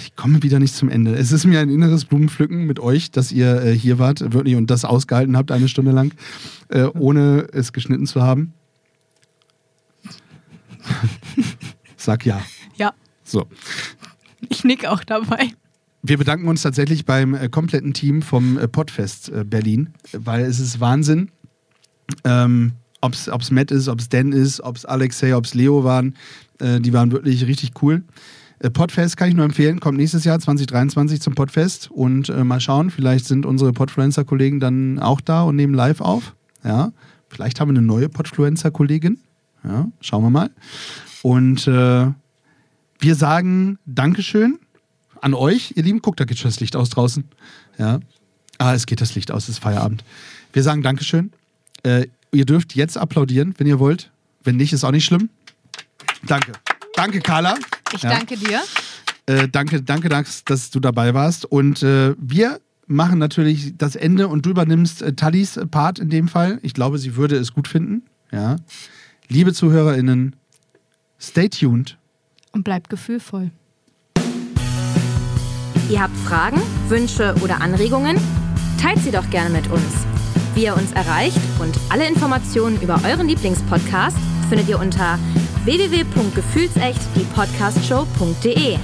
Ich komme wieder nicht zum Ende. Es ist mir ein inneres Blumenpflücken mit euch, dass ihr äh, hier wart, wirklich, und das ausgehalten habt eine Stunde lang, äh, ohne es geschnitten zu haben. *laughs* Sag ja. ja, So. ich nick auch dabei. Wir bedanken uns tatsächlich beim äh, kompletten Team vom äh, Podfest äh, Berlin, weil es ist Wahnsinn. Ähm, ob es Matt ist, ob es Dan ist, ob es Alexei, ob es Leo waren. Äh, die waren wirklich richtig cool. Äh, Podfest kann ich nur empfehlen, kommt nächstes Jahr 2023 zum Podfest und äh, mal schauen, vielleicht sind unsere Podfluencer-Kollegen dann auch da und nehmen live auf. Ja, vielleicht haben wir eine neue Podfluencer-Kollegin. Ja, schauen wir mal. Und äh, wir sagen Dankeschön an euch, ihr Lieben. Guckt, da geht schon das Licht aus draußen. Ja. Ah, es geht das Licht aus, es ist Feierabend. Wir sagen Dankeschön. Äh, ihr dürft jetzt applaudieren, wenn ihr wollt. Wenn nicht, ist auch nicht schlimm. Danke. Danke, Carla. Ich Ja. danke dir. Äh, danke, danke, dass, dass du dabei warst. Und äh, wir machen natürlich das Ende und du übernimmst äh, Tallis äh, Part in dem Fall. Ich glaube, sie würde es gut finden. Ja. Liebe ZuhörerInnen, stay tuned. Und bleib gefühlvoll. Ihr habt Fragen, Wünsche oder Anregungen? Teilt sie doch gerne mit uns. Wie ihr uns erreicht und alle Informationen über euren Lieblingspodcast findet ihr unter www.gefühlsecht-die-podcastshow.de.